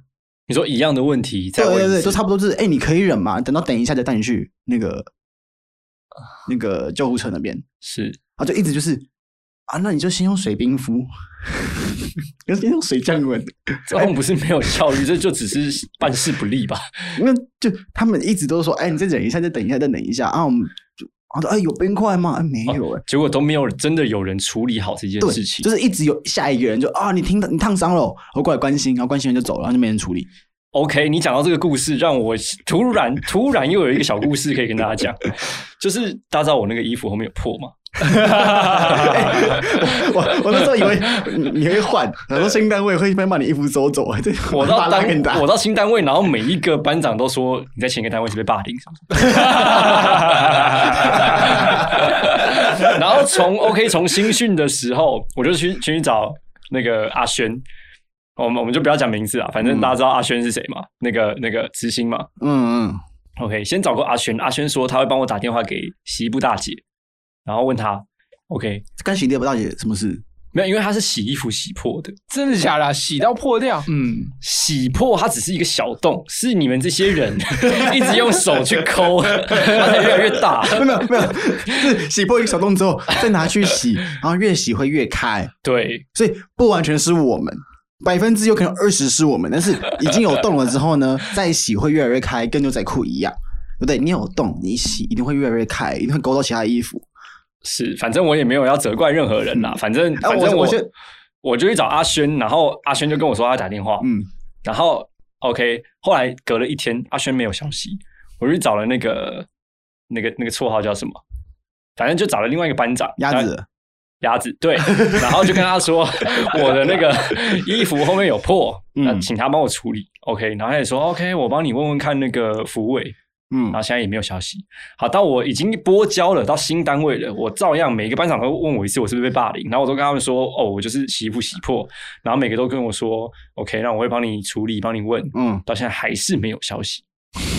Speaker 2: 你说一样的问题，再
Speaker 1: 对
Speaker 2: 问
Speaker 1: 对
Speaker 2: 一
Speaker 1: 对，
Speaker 2: 次
Speaker 1: 就差不多就是，哎，你可以忍吗？等到等一下再带你去那个
Speaker 2: 啊
Speaker 1: 那个救护车那边，
Speaker 2: 是
Speaker 1: 啊，就一直就是啊，那你就先用水冰敷， [LAUGHS] 就先用水降温。
Speaker 2: 这好像不是没有效率，这就只是办事不力吧？
Speaker 1: 那就他们一直都说，哎，你再等一下，再等一下，再等一下啊！我们就然后说哎有冰块吗？哎没有哎、
Speaker 2: 结果都没有真的有人处理好这件
Speaker 1: 对
Speaker 2: 事，情，
Speaker 1: 就是一直有下一个人就啊，你听到你烫伤了，然后过来关心，然后关心完就走了，然后就没人
Speaker 2: [LAUGHS]
Speaker 1: 处理。
Speaker 2: OK，你讲到这个故事，让我突然突然又有一个小故事可以跟大家讲，就是大家知道我那个衣服后面有破 [LAUGHS] 嘛，
Speaker 1: 我我那时候以为你你会换，很多新单位会慢慢把你衣服
Speaker 2: [LAUGHS]
Speaker 1: 收走，这
Speaker 2: 我到
Speaker 1: 拉
Speaker 2: 单
Speaker 1: 很大
Speaker 2: 我。到新单位，然后每一个班长都说你在前一个单位是被霸凌， [LAUGHS] 然后从 OK 从新训的时候，我就去去找那个阿轩。我们我们就不要讲名字啊，反正大家知道阿轩是谁嘛，那个那个知心嘛。
Speaker 1: 嗯嗯，
Speaker 2: OK，先找过阿轩，阿轩说他会帮我打电话给洗衣部大姐，然后问他 OK
Speaker 1: 干洗店不大姐什么事？ [LAUGHS]
Speaker 2: 没有，因为他是洗衣服洗破的，
Speaker 3: 真的假的啊、洗到破掉，
Speaker 4: 嗯，
Speaker 2: 洗破它只是一个小洞，是你们这
Speaker 1: [LAUGHS]
Speaker 2: 些人一直用手去抠， [LAUGHS] 它才越来越大。
Speaker 1: 没有没有， [LAUGHS] 是洗破一个小洞之后再拿去洗，然后越洗会越开，
Speaker 2: 对，
Speaker 1: 所以不完全是我们。百分之有可能二十是我们，但是已经有洞了之后呢，再洗会越来越开，跟牛仔裤一样，对不对？你有洞，你洗一定会越来越开，一定会勾到其他的衣服。
Speaker 2: 是，反正我也没有要责怪任何人啦，反正
Speaker 1: 哎
Speaker 2: 反
Speaker 1: 我
Speaker 2: 正我
Speaker 1: 我先
Speaker 2: 我就去找阿轩，然后阿轩就跟我说他打电话，
Speaker 1: 嗯，
Speaker 2: 然后 OK，后来隔了一天，阿轩没有消息，我就去找了那个那个那个绰号叫什么，反正就找了另外一个班长
Speaker 1: 鸭子。
Speaker 2: 鸭子对， [LAUGHS] 然后就跟他
Speaker 1: [LAUGHS]
Speaker 2: 说我的那个衣服后面有破，那
Speaker 1: 嗯
Speaker 2: 请他帮我处理。OK，然后他也说 OK，我帮你问问看那个服委，
Speaker 1: 嗯
Speaker 2: 然后现在也没有消息。好，到我已经拨交了，到新单位了，我照样每个班长都问我一次，我是不是被霸凌，然后我都跟他们说哦，我就是洗衣服洗破，然后每个都跟我说 OK，那我会帮你处理，帮你问，
Speaker 1: 嗯，
Speaker 2: 到现在还是没有消息。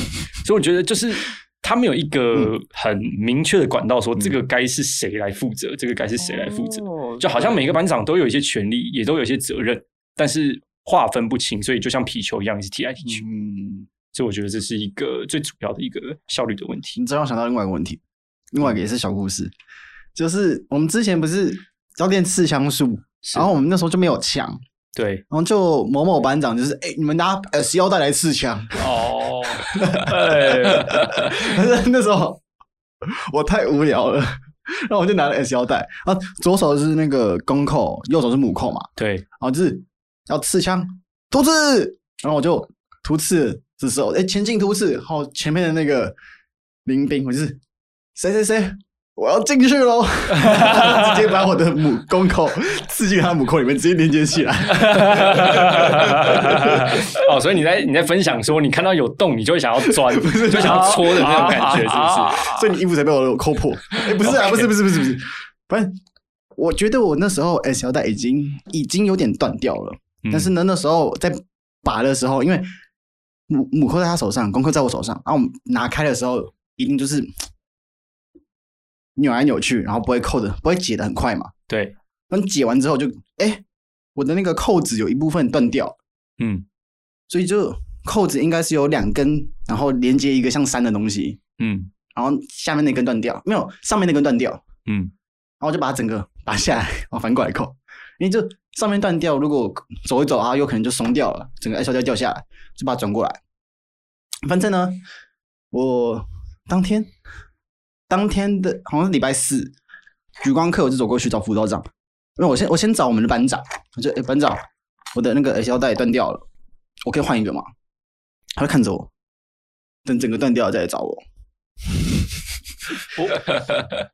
Speaker 2: [LAUGHS] 所以我觉得就是他们有一
Speaker 1: 嗯
Speaker 2: 个很明确的管道，说这个该是谁来负责，这个该是谁来负责，
Speaker 3: 哦
Speaker 2: 就好像每个班长都有一些权利，也都有一些责任，但是划分不清，所以就像皮球一样一直踢来踢去。
Speaker 1: 嗯，
Speaker 2: 所以我觉得这是一个最主要的一个效率的问题。
Speaker 1: 你这让我想到另外一个问题，另外一个也是小故事，就是我们之前不是要练刺枪术，
Speaker 2: 是
Speaker 1: 然后我们那时候就没有枪，
Speaker 2: 对，
Speaker 1: 然后就某某班长就是，哎、你们拿 S 腰带来刺枪，
Speaker 3: 哦，
Speaker 1: [LAUGHS] 但是那时候我太无聊了。然后我就拿了 S 腰带，然后左手是那个公扣，右手是母扣嘛，
Speaker 2: 对， [LAUGHS]
Speaker 1: 然后就是要刺枪突刺，然后我就突刺的时候，哎，前进突刺，然后前面的那个民兵，我就是谁谁谁，我要进去喽， [LAUGHS] 直接把我的母公口刺进他母口里面，直接连接起来。 [LAUGHS]
Speaker 2: 哦，所以你在你在分享说，你看到有洞，你就会想要钻，就想要戳的那种感觉，是不是？
Speaker 4: 啊
Speaker 1: 所以你衣服才被我抠破。哎，不是啊，不是不是不是不是，反正我觉得我那时候 S 腰带已经已经有点断掉了，
Speaker 2: 嗯
Speaker 1: [LAUGHS] 但是呢，那时候在拔的时候，因为母母扣在他手上，公扣在我手上，然后我们拿开的时候，一定就是扭来扭去，然后不会扣的，不会解的很快嘛。
Speaker 2: 对，
Speaker 1: 那你解完之后就，哎、我的那个扣子有一部分断掉，
Speaker 2: 嗯
Speaker 1: 所以就扣子应该是有两根，然后连接一个像山的东西，
Speaker 2: 嗯
Speaker 1: 然后下面那根断掉，没有上面那根断掉，
Speaker 2: 嗯，
Speaker 1: 然后就把它整个拔下来，然后反过来扣，因为就上面断掉，如果走一走啊，有可能就松掉了，整个 S 腰带掉下来，就把它转过来。反正呢，我当天当天的好像是礼拜四，举光课我就走过去找辅导长，因为我先我先找我们的班长，我就、诶班长，我的那个 S 腰带断掉了，我可以换一个吗？他就看着我，等整个断掉了再来找我。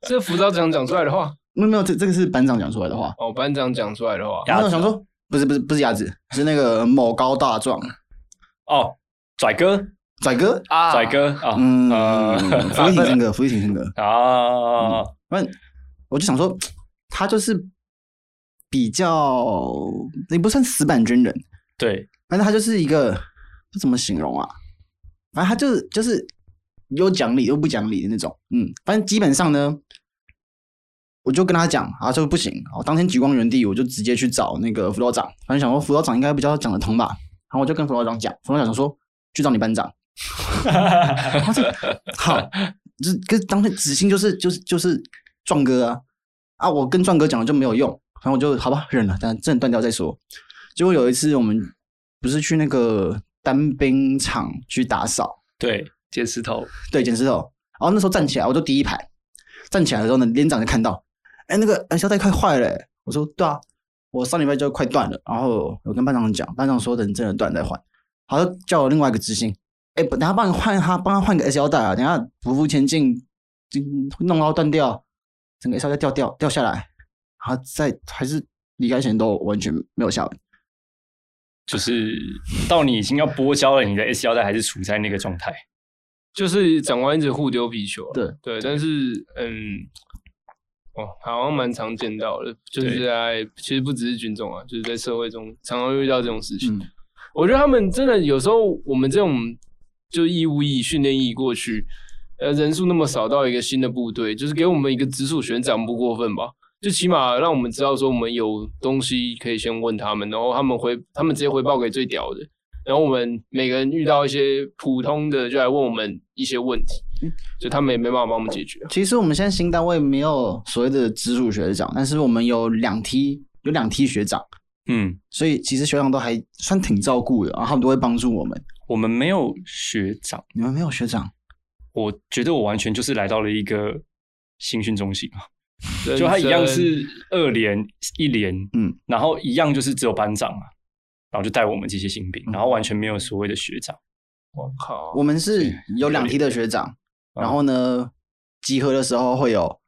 Speaker 3: 这辅导长讲出来的话，
Speaker 1: 没有没有，这这个是班长讲出来的话。
Speaker 3: 哦，班长讲出来的话，
Speaker 1: 然后啊我想说，不是不是不是鸭子，是那个某高大壮
Speaker 2: 哦，拽哥，
Speaker 1: 拽哥。
Speaker 4: 啊
Speaker 2: 拽哥啊，
Speaker 1: 嗯，
Speaker 2: 呃
Speaker 1: [LAUGHS] 福利挺深刻，福利挺深刻。
Speaker 2: 啊，
Speaker 1: 反正我就想说，他就是比较也不算死板军人，
Speaker 2: 对，
Speaker 1: 反正他就是一个不怎么形容啊，反正他就是就是有讲理又不讲理的那种。嗯，反正基本上呢，我就跟他讲，啊，说不行，我当天举光原地，我就直接去找那个辅导长，反正想说辅导长应该比较讲得通吧，然后我就跟辅导长讲，辅导长说去找你班长，然后就好，就是跟当天执行就是就是就是壮哥啊啊，我跟壮哥讲了就没有用，然后我就好吧忍了，但真的断掉再说。结果有一次我们不是去那个单兵场去打扫，
Speaker 2: 对，
Speaker 4: 捡石头，
Speaker 1: 对，捡石头。然后那时候站起来，我就第一排，站起来的时候呢，连长就看到，哎，那个哎胶带快坏了、欸。我说对啊，我上礼拜就快断了。然后我跟班长讲，班长说等真的断再换。好，就叫我另外一个执行，哎，等下帮你换他，帮他换个 S 腰带啊，等下匍匐前进，就弄到断掉，整个 S 腰带掉掉掉下来，然后在还是离开前都完全没有下文。
Speaker 2: 就是到你已经要拨胶了，你的 S 腰带还是处在那个状态。
Speaker 3: 就是长官一直互丢皮球啊、
Speaker 1: 对
Speaker 3: 对，但是嗯，哦，好像蛮常见到的，就是
Speaker 2: 对
Speaker 3: 在其实不只是军中啊，就是在社会中常常会遇到这种事
Speaker 1: 嗯
Speaker 3: 情。我觉得他们真的有时候，我们这种就义务役、训练役过去，呃，人数那么少，到一个新的部队，就是给我们一个直属学长不过分吧？就起码让我们知道说我们有东西可以先问他们，然后他们回，他们直接回报给最屌的，然后我们每个人遇到一些普通的就来问我们一些问题，所以他们也没办法帮我们解决。
Speaker 1: 其实我们现在新单位没有所谓的直属学长，但是我们有两梯，有两梯学长，
Speaker 2: 嗯，
Speaker 1: 所以其实学长都还算挺照顾的，然后他们都会帮助我们。
Speaker 2: 我们没有学长，
Speaker 1: 你们没有学长，
Speaker 2: 我觉得我完全就是来到了一个新训中心啊，就他一样是二连一连，
Speaker 1: 嗯
Speaker 2: 嗯，然后一样就是只有班长啊，然后就带我们这些新兵，
Speaker 1: 嗯
Speaker 2: 然后完全没有所谓的学长。
Speaker 3: 我靠，
Speaker 1: 我们是有两梯的学长，
Speaker 2: 嗯
Speaker 1: 然后呢，集合的时候会有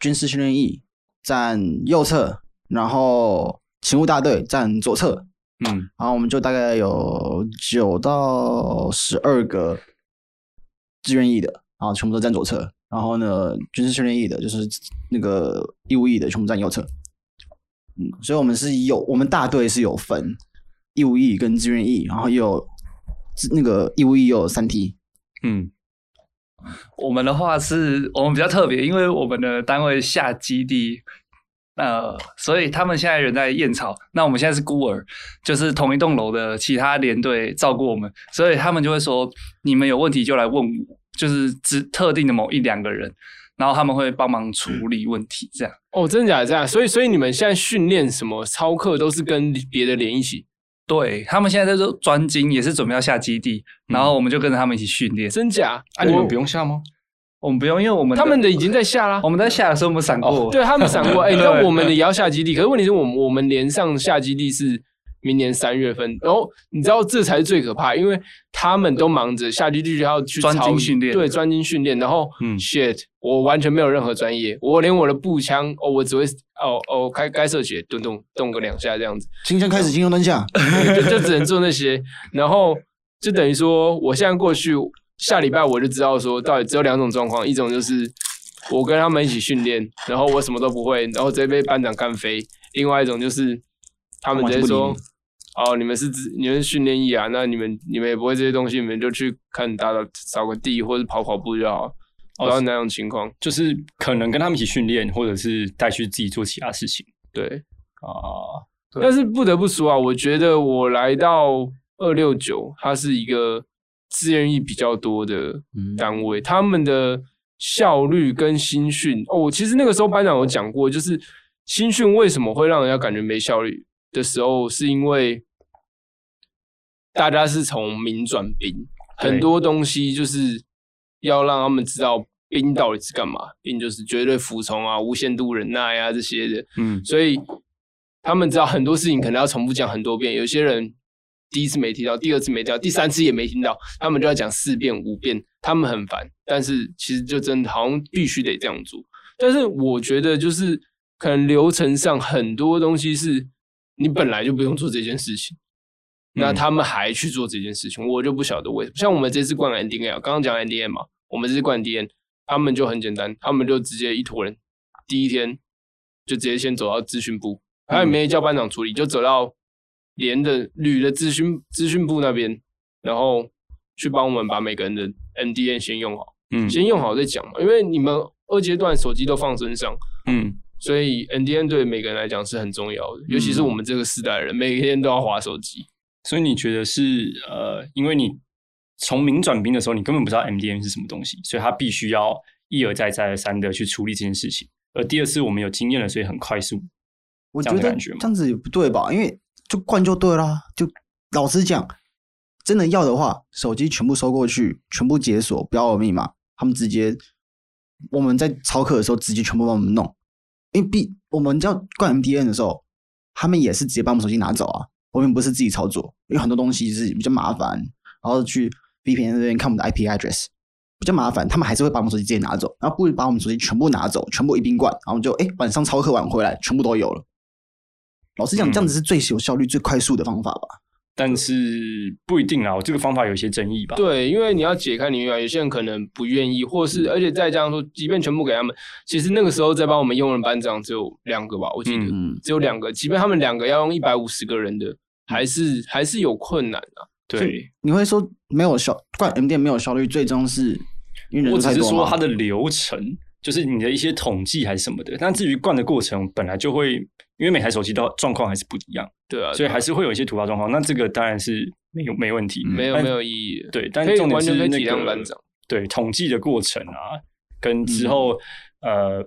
Speaker 1: 军事训练役站右侧，然后勤务大队站左侧，
Speaker 2: 嗯，
Speaker 1: 然后我们就大概有九到十二个志愿役的，然后全部都站左侧。然后呢，军事训练役的，就是那个义务役的，全部站右侧。嗯，所以我们是有我们大队是有分义务役跟志愿役，然后也有志那个义务役也有三梯。
Speaker 2: 嗯，
Speaker 4: 我们的话是我们比较特别，因为我们的单位下基地，呃，所以他们现在人在燕巢，那我们现在是孤儿，就是同一栋楼的其他连队照顾我们，所以他们就会说，你们有问题就来问我，就是只特定的某一两个人，然后他们会帮忙处理问题，这样。
Speaker 3: 哦，真的假的？这样，所以所以你们现在训练什么操课都是跟别的连一起，
Speaker 4: 对他们现在在专精，也是准备要下基地，然后我们就跟着他们一起训练。
Speaker 3: 真假？
Speaker 2: 啊，你们不用下吗？
Speaker 4: 我们不用，因为我们
Speaker 3: 他们的已经在下啦。
Speaker 4: 我们在下的时候我们闪过，
Speaker 3: 对他们想
Speaker 4: [LAUGHS]
Speaker 3: 过，哎、
Speaker 4: 哦对
Speaker 3: 那我们的也要下基地，可是问题是我们我们连上下基地是明年三月份，然后你知道这才是最可怕，因为他们都忙着下基地就要去
Speaker 4: 专精
Speaker 3: 操
Speaker 4: 训练
Speaker 3: 对，专精训练，然后嗯
Speaker 2: 嗯
Speaker 3: ，shit，我完全没有任何专业，我连我的步枪，哦，我只会哦哦开该射血，咚咚动个两下这样子，
Speaker 1: 清枪开始，清枪蹲下。
Speaker 3: 就就只能做那些，然后就等于说，我现在过去下礼拜我就知道说，到底只有两种状况，一种就是我跟他们一起训练，然后我什么都不会，然后直接被班长干飞；，另外一种就是他们直接
Speaker 1: 完全
Speaker 3: 说，哦，你们是自你们是训练役啊，那你们你们也不会这些东西，你们就去看打打扫个地或者跑跑步就好，不知道哪种情况，
Speaker 2: 就是可能跟他们一起训练，或者是带去自己做其他事情
Speaker 3: 对。
Speaker 2: 啊。
Speaker 4: 对
Speaker 3: 但是不得不说啊，我觉得我来到二六九，它是一个自愿意比较多的
Speaker 1: 嗯
Speaker 3: 单位，他们的效率跟新训哦，我其实那个时候班长有讲过，就是新训为什么会让人家感觉没效率的时候，是因为大家是从民转兵，
Speaker 2: 对
Speaker 3: 很多东西就是要让他们知道兵到底是干嘛，兵就是绝对服从啊、无限度忍耐啊这些的，
Speaker 2: 嗯，
Speaker 3: 所以他们知道很多事情可能要重复讲很多遍，有些人第一次没听到，第二次没听到，第三次也没听到，他们就要讲四遍五遍，他们很烦，但是其实就真的好像必须得这样做。但是我觉得就是可能流程上很多东西是你本来就不用做这件事情。那
Speaker 2: 嗯
Speaker 3: 他们还去做这件事情，我就不晓得为什么。像我们这次灌 NDN，刚刚讲 NDN 嘛，我们这次灌 DN，他们就很简单，他们就直接一坨人，第一天就直接先走到咨询部，他也没叫班长处理，就走到连的旅的咨询咨询部那边，然后去帮我们把每个人的 NDN 先用好，
Speaker 2: 嗯
Speaker 3: 先用好再讲嘛，因为你们二阶段手机都放身上，
Speaker 2: 嗯，
Speaker 3: 所以 NDN 对每个人来讲是很重要的，尤其是我们这个时代的人，每天都要划手机。
Speaker 2: 所以你觉得是呃，因为你从民转兵的时候，你根本不知道 MDM 是什么东西，所以他必须要一而再、再而三的去处理这件事情。而第二次我们有经验了，所以很快速。
Speaker 1: 我
Speaker 2: 这
Speaker 1: 觉
Speaker 2: 样的
Speaker 1: 得
Speaker 2: 感觉吗
Speaker 1: 这样子也不对吧？因为就灌就对啦。就老实讲，真的要的话，手机全部收过去，全部解锁，不要有密码，他们直接我们在操课的时候直接全部帮我们弄，因为 B 我们要灌 MDN 的时候，他们也是直接把我们手机拿走啊，我们不是自己操作，因为很多东西是比较麻烦，然后去 VPN 这边看我们的 IP address 比较麻烦，他们还是会把我们手机直接拿走，然后不如把我们手机全部拿走，全部一并灌，然后我们就哎晚上操课晚回来全部都有了。老实讲，这样
Speaker 2: 嗯
Speaker 1: 子是最有效率、最快速的方法吧。
Speaker 2: 但是不一定啊，我这个方法有一些争议吧。
Speaker 3: 对，因为你要解开你原来有些人可能不愿意，或
Speaker 2: 嗯
Speaker 3: 是而且再加上说，即便全部给他们，其实那个时候在帮我们用的班长只有两个吧，我记得、
Speaker 2: 嗯
Speaker 1: 嗯，
Speaker 3: 只有两个，即便他们两个要用一百五十个人的，还是还是有困难啊。
Speaker 2: 对，
Speaker 1: 你会说没有效，灌 MDN 没有效率，最终是因为人
Speaker 2: 我
Speaker 1: 数
Speaker 2: 只
Speaker 1: 太
Speaker 2: 是
Speaker 1: 多
Speaker 2: 说
Speaker 1: 嘛
Speaker 2: 它的流程，就是你的一些统计还是什么的。但至于灌的过程，本来就会，因为每台手机的状况还是不一样，
Speaker 3: 对啊，
Speaker 2: 所以还是会有一些突发状况。那这个当然是没有没问题，
Speaker 1: 嗯
Speaker 3: 没有
Speaker 2: 但
Speaker 3: 没有意义。
Speaker 2: 对，但
Speaker 3: 可以
Speaker 2: 重点
Speaker 3: 完
Speaker 2: 是
Speaker 3: 全可以
Speaker 2: 那
Speaker 3: 体谅
Speaker 2: 个
Speaker 3: 班长
Speaker 2: 对统计的过程啊，
Speaker 1: 嗯
Speaker 2: 跟之后、呃，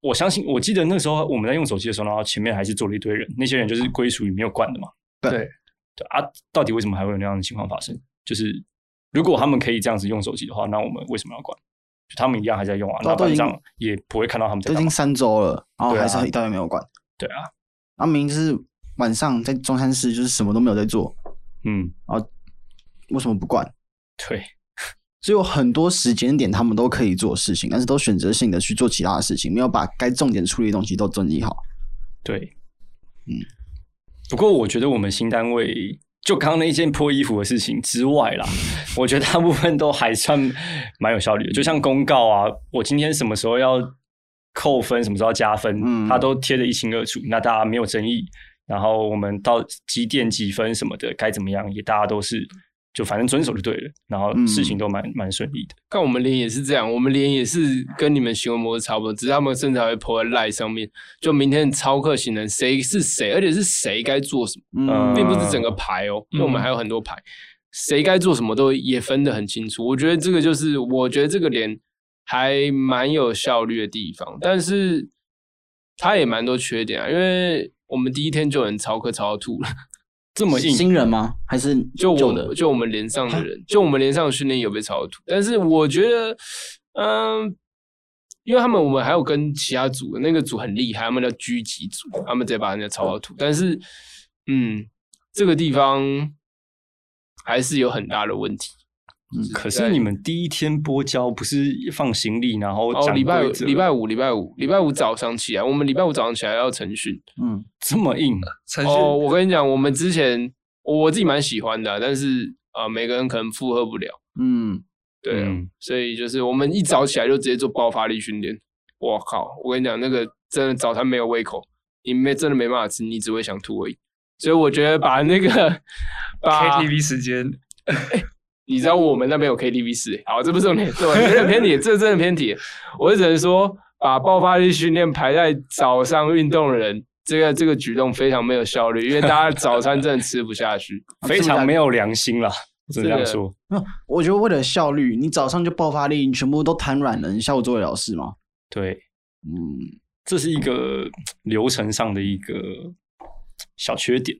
Speaker 2: 我相信我记得那时候我们在用手机的时候，然后前面还是坐了一堆人，那些人就是归属于没有管的嘛。
Speaker 1: 对
Speaker 2: 对啊，到底为什么还会有那样的情况发生？就是如果他们可以这样子用手机的话，那我们为什么要管？就他们一样还在用啊，
Speaker 1: 都
Speaker 2: 那
Speaker 1: 都已
Speaker 2: 班
Speaker 1: 经
Speaker 2: 长也不会看到他们在
Speaker 1: 都已
Speaker 2: 干
Speaker 1: 经
Speaker 2: 嘛。
Speaker 1: 三周了，然后
Speaker 2: 对啊
Speaker 1: 还是一大堆没有管。
Speaker 2: 对啊，
Speaker 1: 然后明明就是晚上在中山市就是什么都没有在做，
Speaker 2: 嗯，
Speaker 1: 为什么不灌？
Speaker 2: 对，
Speaker 1: 只有很多时间点他们都可以做事情，但是都选择性的去做其他的事情，没有把该重点处理的东西都整理好。
Speaker 2: 对，
Speaker 1: 嗯。
Speaker 2: 不过我觉得我们新单位就刚刚那件破衣服的事情之外啦，
Speaker 3: 嗯
Speaker 2: 我觉得大部分都还算蛮有效率的。就像公告啊，我今天什么时候要扣分，什么时候要加分，
Speaker 1: 嗯
Speaker 2: 它都贴得一清二楚，那大家没有争议。然后我们到几点几分什么的，该怎么样也大家都是就反正遵守就对了，然后
Speaker 3: 嗯
Speaker 2: 事情都蛮、蛮顺利的。
Speaker 3: 看我们连也是这样，我们连也是跟你们行为模式差不多，只是他们甚至还会 po 在 line 上面，就明天超课行人谁是谁，而且是谁该做什么。
Speaker 1: 嗯
Speaker 2: 呃
Speaker 3: 并不是整个牌哦，因为我们还有很多牌，谁该做什么都也分得很清楚。我觉得这个就是，我觉得这个点还蛮有效率的地方，但是它也蛮多缺点啊，因为我们第一天就有人超课超到吐了，
Speaker 2: 这么硬，
Speaker 1: 新人吗？还是
Speaker 3: 就我
Speaker 1: 旧的
Speaker 3: 们？就我们连上
Speaker 2: 啊
Speaker 3: 的人，就我们连上的训练有被超到吐，但是我觉得，嗯。因为他们我们还有跟其他组的那个组很厉害，他们叫狙击组，他们直接把人家超到吐。但是，嗯，这个地方还是有很大的问题。嗯
Speaker 2: 可是你们第一天播交不是放行李，然后
Speaker 3: 哦，
Speaker 2: 讲
Speaker 3: 礼拜
Speaker 2: 规则
Speaker 3: 礼拜五，礼拜五，礼拜五早上起来，我们礼拜五早上起来要晨训。
Speaker 1: 嗯，
Speaker 2: 这么硬，
Speaker 4: 程序、
Speaker 3: 哦，我跟你讲，我们之前我我自己蛮喜欢的啊、但是啊、呃每个人可能负荷不了，
Speaker 1: 嗯，
Speaker 3: 对啊、
Speaker 2: 嗯
Speaker 3: 所以就是我们一早起来就直接做爆发力训练。我靠，我跟你讲，那个真的早餐没有胃口，你没真的没办法吃，你只会想吐而已。所以我觉得把那个把
Speaker 4: KTV 时间
Speaker 3: 你知道我们那边有 KTV 室、欸，好，这不是重点，对，有点偏题，这真的偏题。我只能说，把爆发力训练排在早上运动的人，这个这个举动非常没有效率，因为大家早餐真的吃不下去。
Speaker 2: [LAUGHS]
Speaker 4: 啊
Speaker 2: 非常没有良心啦，只
Speaker 4: 哦
Speaker 3: 真
Speaker 2: 能
Speaker 3: 的
Speaker 2: 这样说。
Speaker 1: 那我觉得为了效率，你早上就爆发力，你全部都瘫软了，你下午做得了事吗？
Speaker 2: 对，
Speaker 1: 嗯，
Speaker 2: 这是一个流程上的一个小缺点。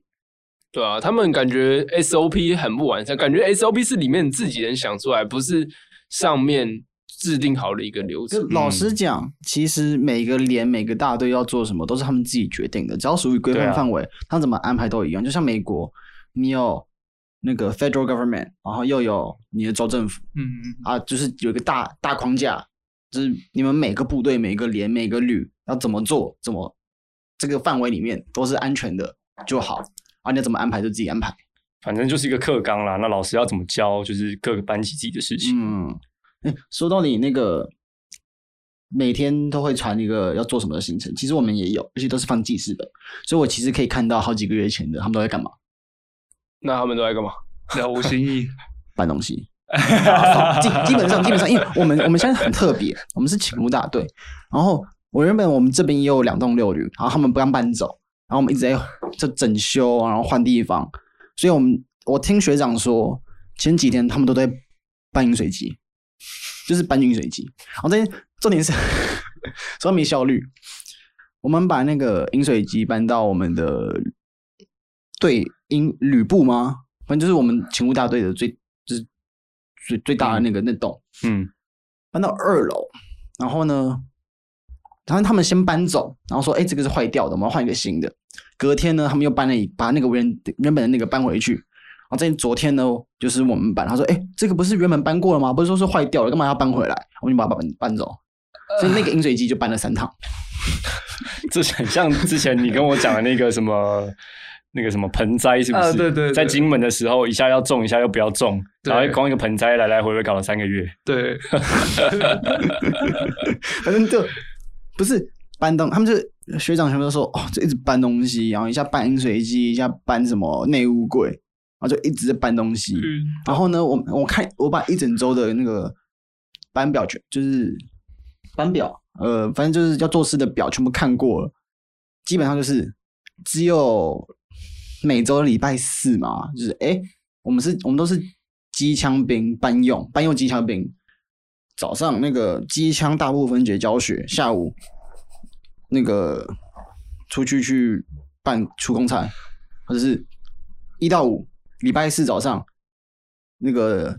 Speaker 3: 对啊，他们感觉 SOP 很不完善，感觉 SOP 是里面自己人想出来，不是上面制定好的一个流
Speaker 1: 就
Speaker 3: 程。
Speaker 1: 老实讲，其实每个连每个大队要做什么都是他们自己决定的，只要属于规
Speaker 2: 对啊
Speaker 1: 范范围，他怎么安排都一样。就像美国，你有那个 federal government，然后又有你的州政府
Speaker 4: 嗯
Speaker 1: 啊，就是有一个大大框架，就是你们每个部队、每个连、每个旅要怎么做，怎么这个范围里面都是安全的就好啊，你要怎么安排就自己安排。
Speaker 2: 反正就是一个课纲啦，那老师要怎么教，就是各个班级自己的事情。
Speaker 1: 嗯，哎，说到你那个每天都会传一个要做什么的行程，其实我们也有，而且都是放记事本，所以我其实可以看到好几个月前的他们都在干嘛，
Speaker 3: 那他们都在干嘛？
Speaker 4: 了无新意，
Speaker 1: 搬东西。打扫 [LAUGHS] 基基本上基本上，因为我们我们现在很特别，我们是勤务大队。然后我原本我们这边也有两栋六旅，然后他们不让搬走，然后我们一直在就整修，然后换地方。所以我们我听学长说，前几天他们都在搬饮水机，就是搬饮水机。然后这件重点是 [LAUGHS] 说没效率，我们把那个饮水机搬到我们的队营旅部吗？反正就是我们勤务大队的最就是最最大的那个那栋，
Speaker 2: 嗯，
Speaker 1: 搬到二楼，然后呢，然后他们先搬走，然后说：“哎，这个是坏掉的，我们要换一个新的。”隔天呢，他们又搬了一把那个原原本的那个搬回去。然后在昨天呢，就是我们搬，他说：“哎，这个不是原本搬过了吗？不是说是坏掉了，干嘛要搬回来？”我们就把它搬搬走。所以那个饮水机就搬了三趟。
Speaker 2: [LAUGHS] 这很像之前你跟我讲的那个什么。那个什么盆栽是不是？
Speaker 4: 啊对对对
Speaker 2: 在金门的时候，一下要种，一下又不要种，
Speaker 4: 对
Speaker 2: 然后光一个盆栽来来回回搞了三个月。
Speaker 4: [LAUGHS] 对，
Speaker 1: 反正就不是搬东，他们就学长全部都说哦，就一直搬东西，然后一下搬饮水机，一下搬什么内务柜，然后就一直在搬东西。
Speaker 4: 嗯
Speaker 1: 然后呢，我我看我把一整周的那个班表全就是班表，呃，反正就是要做事的表全部看过了，基本上就是只有每周礼拜四嘛，就是哎、诶我们是我们都是机枪兵班用班用机枪兵，早上那个机枪大部分节教学，下午那个出去去办出公差，或者是一到五礼拜四早上那个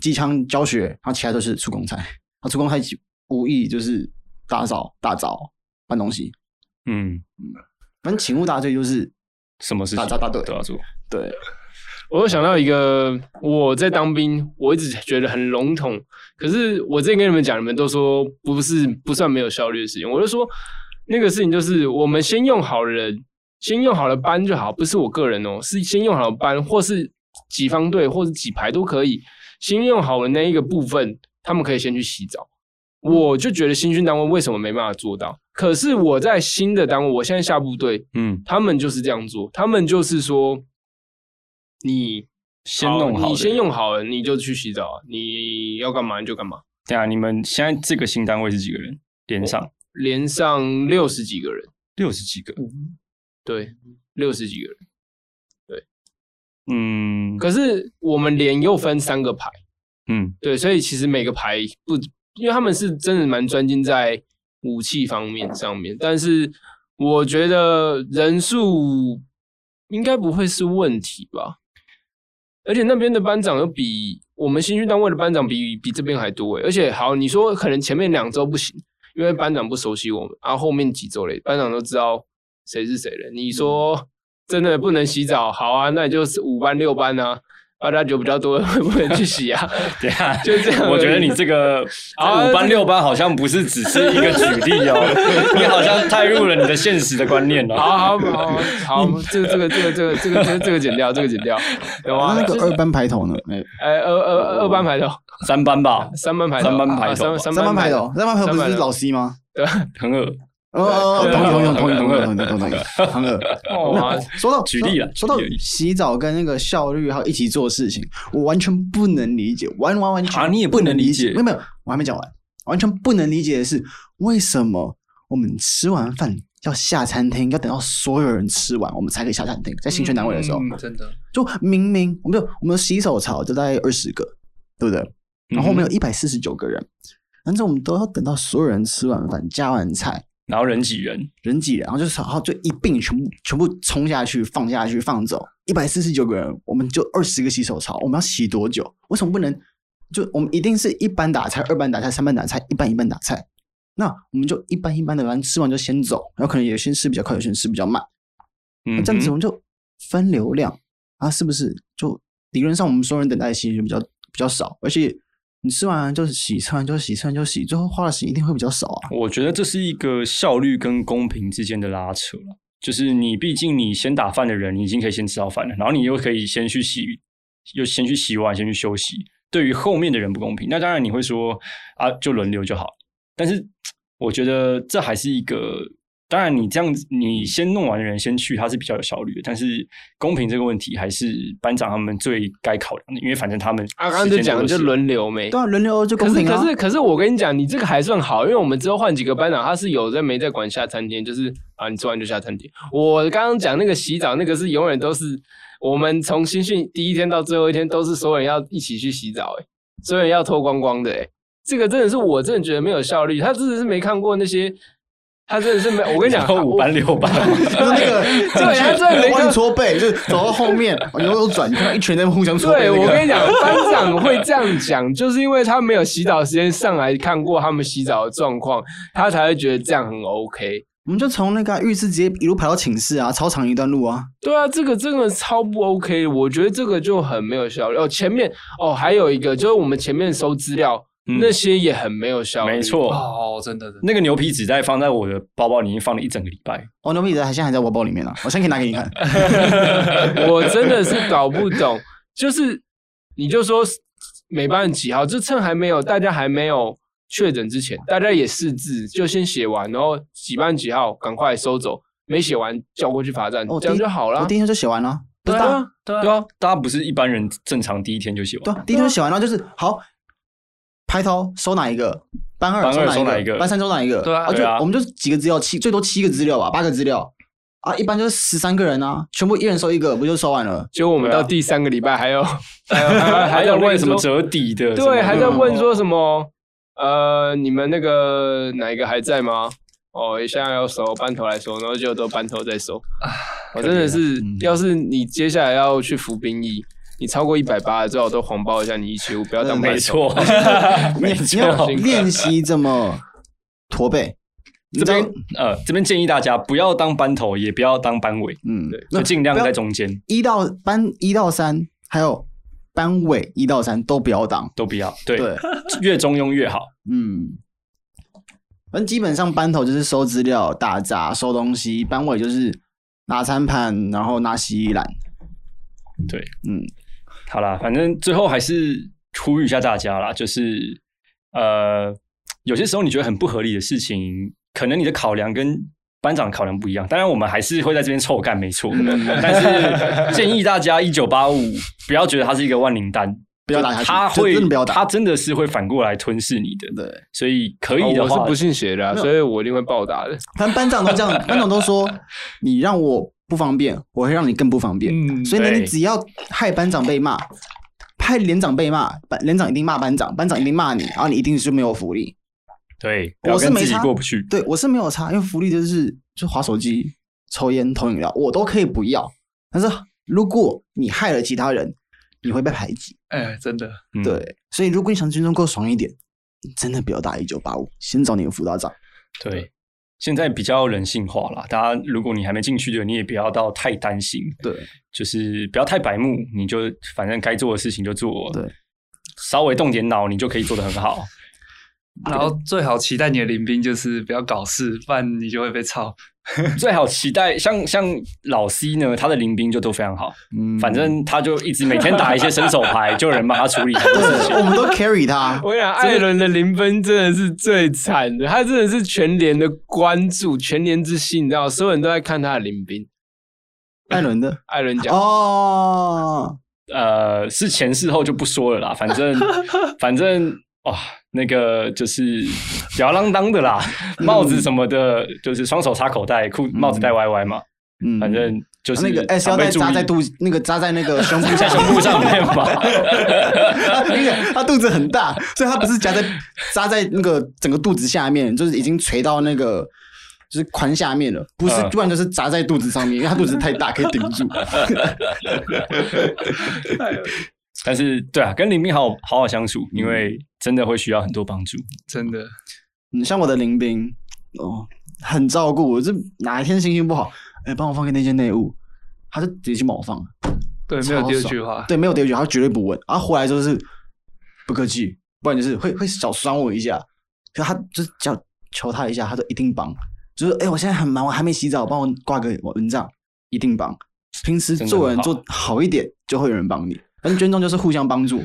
Speaker 1: 机枪教学，然后其他都是出公差。他出公差无意就是打扫、打扫、搬东西，
Speaker 2: 嗯，
Speaker 1: 反正勤务大队就是
Speaker 2: 什么事
Speaker 1: 大
Speaker 2: 情
Speaker 1: 大大队
Speaker 2: 都要做。
Speaker 1: 对，
Speaker 3: 我又想到一个，我在当兵，我一直觉得很笼统。可是我之前跟你们讲，你们都说不是不算没有效率的事情，我就说那个事情就是我们先用好人，先用好了班就好，不是我个人哦，是先用好了班，或是几方队，或是几排都可以，先用好了那一个部分，他们可以先去洗澡。我就觉得新训单位为什么没办法做到？可是我在新的单位，我现在下部队，
Speaker 2: 嗯，
Speaker 3: 他们就是这样做，他们就是说，你
Speaker 2: 先弄好。
Speaker 3: 你先。用好了，你就去洗澡啊，你要干嘛你就干嘛。
Speaker 2: 对啊，你们现在这个新单位是几个人？连上
Speaker 3: 连上六十几个人，
Speaker 2: 六十几个。
Speaker 3: 对，六十几个人。
Speaker 2: 嗯
Speaker 3: 可是我们连又分三个排，
Speaker 2: 嗯
Speaker 3: 对，所以其实每个排不，因为他们是真的蛮专精在武器方面上面，但是我觉得人数应该不会是问题吧。而且那边的班长又比我们新训单位的班长比比这边还多欸诶，而且好，你说可能前面两周不行，因为班长不熟悉我们，啊，后面几周嘞，班长都知道谁是谁了。你说真的不能洗澡，好啊，那你就是五班六班啊，啊，那就比较多，会不会去洗啊？
Speaker 2: [LAUGHS] 对啊，
Speaker 3: 就这样而已
Speaker 2: 我觉得你这个
Speaker 3: 啊
Speaker 2: 五班六班好像不是只是一个举例哦， [LAUGHS] 你好像带入了你的现实的观念哦。
Speaker 3: 好好好好，这个这个这个这个这个这个这个剪掉，这个剪掉，有吗
Speaker 1: 那？那个二班排头呢？哎，
Speaker 3: 哎，二二二班排头，
Speaker 2: 三班吧，
Speaker 3: 三班排头，
Speaker 2: 三班排头
Speaker 3: 啊三
Speaker 1: 三
Speaker 3: 三
Speaker 1: 班排
Speaker 3: 头
Speaker 1: 头，，三班排头不
Speaker 3: 三
Speaker 1: 是
Speaker 3: 班
Speaker 1: 老 C 吗？
Speaker 2: 很恶。
Speaker 1: 哦哦，哦
Speaker 3: 对
Speaker 1: 同意
Speaker 2: 对
Speaker 1: 同意
Speaker 2: 对
Speaker 1: 同意
Speaker 2: 对
Speaker 1: 同意同意同意同意同意。
Speaker 3: 哦啊
Speaker 1: 说到
Speaker 2: 举例
Speaker 1: 了
Speaker 2: 啦，
Speaker 1: 说到
Speaker 2: 举例而已
Speaker 1: 洗澡跟那个效率，还有一起做事情，我完全不能理解，完完完全
Speaker 2: 啊你也不能理解
Speaker 1: 没有没有，我还没讲完，完全不能理解的是，为什么我们吃完饭要下餐厅，要等到所有人吃完，我们才可以下餐厅？在新训单位的时候，
Speaker 4: 嗯真的，
Speaker 1: 就明明我们就我们洗手槽就大概二十个，对不对？然后我
Speaker 2: 嗯
Speaker 1: 们有一百四十九个人，反正我们都要等到所有人吃完饭、加完菜，
Speaker 2: 然后人挤人，
Speaker 1: 人挤人，然后就是然后就一并全部全部冲下去，放下去，放走一百四十九个人，我们就二十个洗手槽，我们要洗多久？为什么不能？就我们一定是一班打菜，二班打菜，三班打菜，一班一班打菜。那我们就一班一班的，反正吃完就先走，然后可能有些人吃比较快，有些人吃比较慢，那
Speaker 2: 嗯，
Speaker 1: 这样子我们就分流量啊，是不是？就理论上我们所有人等待的时间就比较比较少，而且你吃完就是洗，吃完就洗，吃完就洗，最后花的时间一定会比较少啊。
Speaker 2: 我觉得这是一个效率跟公平之间的拉扯了。就是你，毕竟你先打饭的人，你已经可以先吃到饭了，然后你又可以先去洗，又先去洗碗，先去休息。对于后面的人不公平。那当然你会说啊，就轮流就好。但是我觉得这还是一个，当然你这样子，你先弄完的人先去，他是比较有效率的。但是公平这个问题，还是班长他们最该考量的，因为反正他们
Speaker 3: 啊，刚刚
Speaker 2: 时
Speaker 3: 就
Speaker 2: 间多
Speaker 3: 讲
Speaker 2: 的
Speaker 3: 就是轮流没
Speaker 1: 对。啊，轮流就
Speaker 3: 可
Speaker 1: 公
Speaker 3: 是
Speaker 1: 平啊。
Speaker 3: 可是可是，我跟你讲，你这个还算好，因为我们之后换几个班长，他是有在没在管下餐厅，就是啊，你做完就下餐厅。我刚刚讲那个洗澡，那个是永远都是我们从新训第一天到最后一天，都是所有人要一起去洗澡、欸，哎，所有人要脱光光的、欸，哎，这个真的是我真的觉得没有效率。他真的是没看过那些，他真的是没有，我跟你
Speaker 2: 然
Speaker 3: 讲，
Speaker 2: 后五班
Speaker 3: 我
Speaker 2: 六班，
Speaker 1: 就是那个
Speaker 3: [LAUGHS] 对他真的没
Speaker 1: 弯搓背，就是走到后面，然后又转，你看到一群人互相搓背
Speaker 3: 对，
Speaker 1: 那个。
Speaker 3: 我跟你讲，班长会这样讲，就是因为他没有洗澡时间上来看过他们洗澡的状况，他才会觉得这样很 OK。
Speaker 1: 我们就从那个啊浴室直接一路排到寝室啊，超长一段路啊。
Speaker 3: 对啊，这个真的超不 OK，我觉得这个就很没有效率。哦，前面哦，还有一个就是我们前面收资料、
Speaker 2: 嗯
Speaker 3: 那些也很没有效率。
Speaker 2: 没，错，
Speaker 4: 哦，真的，真的
Speaker 2: 那个牛皮纸袋放在我的包包里面放了一整个礼拜，
Speaker 1: 哦，牛皮纸还现在还在我包里面呢、啊我现在可以拿给你看。
Speaker 3: [LAUGHS] 我真的是搞不懂，就是你就说每班几号，就趁还没有大家还没有确诊之前，大家也识字，就先写完，然后几班几号赶快收走，没写完叫过去罚站，
Speaker 1: 我
Speaker 3: 这样
Speaker 1: 第一
Speaker 3: 就好
Speaker 1: 我
Speaker 3: 了
Speaker 1: 哦第。一天就写完了，
Speaker 3: 对
Speaker 1: 不是
Speaker 3: 啊，
Speaker 4: 对啊
Speaker 3: 对啊，
Speaker 2: 大家不是一般人正常第一天就写
Speaker 1: 对
Speaker 2: 完，
Speaker 1: 啊，第一天就写完了，就是好，排头收哪一个，班二
Speaker 2: 班二
Speaker 1: 收
Speaker 2: 收
Speaker 1: 哪
Speaker 2: 哪一个
Speaker 1: 班三收哪一个，哦
Speaker 4: 对啊
Speaker 1: 就
Speaker 2: 对啊
Speaker 1: 我们就几个资料，七最多七个资料吧，八个资料啊，一般就是十三个人啊，全部一人收一个，不就收完了？
Speaker 3: 结果我们
Speaker 2: 对啊
Speaker 3: 到第三个礼拜还有还有还
Speaker 2: 还有
Speaker 3: 在
Speaker 2: 那个
Speaker 3: 问
Speaker 2: 什么
Speaker 3: 说
Speaker 2: 折抵的，什么
Speaker 3: 对，
Speaker 2: 的
Speaker 3: 还在问说什么？呃，你们那个哪一个还在吗？哦，现在要收班头来收，然后就都班头在收。我真
Speaker 2: 啊
Speaker 3: 的是，
Speaker 2: 嗯
Speaker 3: 要是你接下来要去服兵役，你超过一百八，最好都谎报一下你一七五，不要当
Speaker 1: 嗯
Speaker 3: 班
Speaker 2: 没
Speaker 3: 头。
Speaker 2: 错，
Speaker 1: 你
Speaker 2: 没
Speaker 1: 你要
Speaker 2: 错。
Speaker 1: 练习怎么驼背，你
Speaker 2: 这
Speaker 1: 知道
Speaker 2: 边呃，这边建议大家不要当班头，也不要当班尾，
Speaker 1: 嗯
Speaker 3: 对，
Speaker 1: 那
Speaker 2: 就尽量
Speaker 1: 不要
Speaker 2: 在中间，
Speaker 1: 一到班一到三，还有班尾一到三都不要当。
Speaker 2: 都不要。对，
Speaker 1: 对，
Speaker 2: 越中庸越好。
Speaker 1: 嗯，反正基本上班头就是收资料、打杂、收东西，班尾就是拿餐盘，然后拿洗衣篮。
Speaker 2: 对，
Speaker 1: 嗯，
Speaker 2: 好啦，反正最后还是呼吁一下大家啦，就是呃，有些时候你觉得很不合理的事情，可能你的考量跟班长考量不一样。当然，我们还是会在这边臭干，
Speaker 1: [LAUGHS]
Speaker 2: 没错。但是建议大家一九八五不要觉得它是一个万灵丹，
Speaker 1: 不要打下去
Speaker 2: 它
Speaker 1: 就
Speaker 2: 会
Speaker 1: 真的不要打
Speaker 2: 它真的是会反过来吞噬你的。
Speaker 1: 对，
Speaker 2: 所以可以
Speaker 3: 哦
Speaker 2: 的
Speaker 3: 我是
Speaker 2: 话，
Speaker 3: 不信邪的啊、
Speaker 1: 没有
Speaker 3: 所以我一定会报答的。
Speaker 1: 反正班长都这样，班长都说你让我不方便，我会让你更不方便。
Speaker 3: 嗯，
Speaker 1: 所以呢，
Speaker 2: 对
Speaker 1: 你只要害班长被骂，害连长被骂，班连长一定骂班长，班长一定骂你，然后你一定是没有福利。
Speaker 2: 对，
Speaker 1: 我
Speaker 2: 不要
Speaker 1: 是
Speaker 2: 跟
Speaker 1: 没
Speaker 2: 自己
Speaker 1: 差
Speaker 2: 过不去。
Speaker 1: 对我是没有差，因为福利就是就划手机、抽烟、偷饮料，我都可以不要。但是如果你害了其他人，你会被排挤。
Speaker 4: 哎，真的，
Speaker 2: 嗯，
Speaker 1: 对，所以如果你想军中够爽一点，真的不要打一九八五，先找你的辅导长。
Speaker 2: 对，现在比较人性化啦。大家，如果你还没进去的，你也不要到太担心，
Speaker 1: 对
Speaker 2: 就是不要太白目，你就反正该做的事情就做，
Speaker 1: 对，
Speaker 2: 稍微动点脑，你就可以做得很好。
Speaker 4: 然后最好期待你的临兵就是不要搞事，不然你就会被操。
Speaker 2: 最好期待像像老 C 呢，他的临兵就都非常好，
Speaker 1: 嗯
Speaker 2: 反正他就一直每天打一些伸手牌，就有人帮他处理很多事情
Speaker 1: 对，。我们都 carry 他。
Speaker 3: 我想艾伦的零分真的是最惨的，他真的是全联的关注，全联之星，你知道，所有人都在看他的林兵。
Speaker 1: 艾伦的
Speaker 2: [LAUGHS]
Speaker 3: 艾伦讲，
Speaker 1: 哦，
Speaker 2: 呃，是前是后就不说了啦，反正反正哇、那个就是吊儿郎当的啦，
Speaker 1: 嗯
Speaker 2: 帽子什么的，就是双手插口袋，裤帽子戴歪歪嘛，
Speaker 1: 嗯，
Speaker 2: 反正就是
Speaker 1: 那个哎 S 腰
Speaker 2: 常被
Speaker 1: 带
Speaker 2: 注
Speaker 1: 扎
Speaker 2: 意
Speaker 1: 在肚，那个扎在那个胸部
Speaker 2: 在
Speaker 1: 下
Speaker 2: 胸部上
Speaker 1: [LAUGHS]
Speaker 2: 面嘛。
Speaker 1: 他因为他肚子很大，所以他不是夹在扎在那个整个肚子下面，就是已经垂到那个就是髋下面了，不是
Speaker 2: 嗯，
Speaker 1: 不然就是扎在肚子上面，因为他肚子太大可以顶住。
Speaker 4: 哎
Speaker 2: 但是对啊，跟林斌好好好相处，因为真的会需要很多帮助。
Speaker 4: [LAUGHS] 真的，
Speaker 1: 嗯，像我的林兵哦，很照顾我，这哪一天心情不好，哎，帮我放个那件内务，他就直接去帮我放了，
Speaker 4: 对，没有第二
Speaker 1: 超爽
Speaker 4: 句话。
Speaker 1: 对，没有丢酒，他绝对不问，然后回来就是不客气，不然就是会会小酸我一下，可他就是叫求他一下，他就一定帮，就是哎，我现在很忙，我还没洗澡，帮我挂个蚊帐，一定帮。平时
Speaker 2: 真的
Speaker 1: 做
Speaker 2: 很
Speaker 1: 人
Speaker 2: 好
Speaker 1: 做好一点，就会有人帮你。反正捐赠就是互相帮助，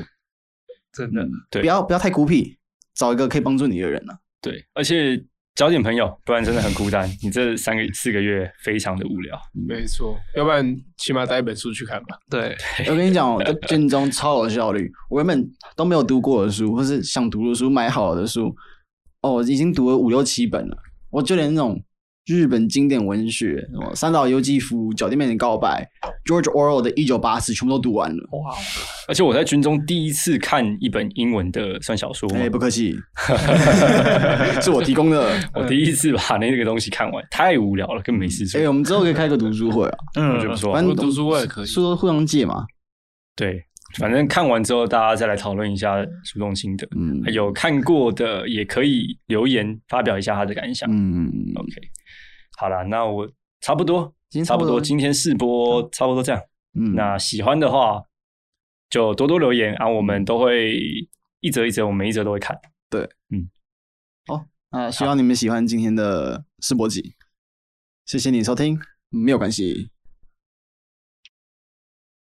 Speaker 4: 真的，
Speaker 2: 对
Speaker 1: 不要不要太孤僻，找一个可以帮助你的人了、啊
Speaker 2: 对，而且交点朋友，不然真的很孤
Speaker 1: [LAUGHS]
Speaker 2: 单。你这三个四个月非常的无聊。
Speaker 3: 没错，要不然起码带一本书去看吧。
Speaker 4: 对，
Speaker 1: 我跟你讲，我在军中超有效率。我原本都没有读过的书，或是想读的书、买好的书，哦，已经读了五六七本了。我就连那种日本经典文学，什么三岛由纪夫《酒店妹的告白》，George Orwell 的《一九八四》，全部都读完了。
Speaker 4: 哇，
Speaker 2: 而且我在军中第一次看一本英文的算小说嘛，
Speaker 1: 哎、不客
Speaker 2: [LAUGHS]
Speaker 1: 气， [LAUGHS] 是我提供的。
Speaker 2: 我第一次把那个东西看完，太无聊了，根本没事
Speaker 1: 哎、
Speaker 2: 做。
Speaker 1: 我们之后可以开个读书会啊，
Speaker 2: [LAUGHS] 我觉得不错啊
Speaker 1: 反正
Speaker 3: 读书会也可以
Speaker 1: 书都互相借嘛。
Speaker 2: 对，反正看完之后大家再来讨论一下书中心得，
Speaker 1: 嗯，
Speaker 2: 还哎有看过的也可以留言发表一下他的感想。
Speaker 1: 嗯，
Speaker 2: OK，好了，那我差不多，
Speaker 1: 今天
Speaker 2: 差
Speaker 1: 差
Speaker 2: 不
Speaker 1: 不多
Speaker 2: 多，今天试播差不多这样。
Speaker 1: 嗯，
Speaker 2: 那喜欢的话就多多留言啊，我们都会一则一则，我们每一则都会看。
Speaker 1: 那希望你们喜欢今天的世博集，谢谢你收听，没有关系，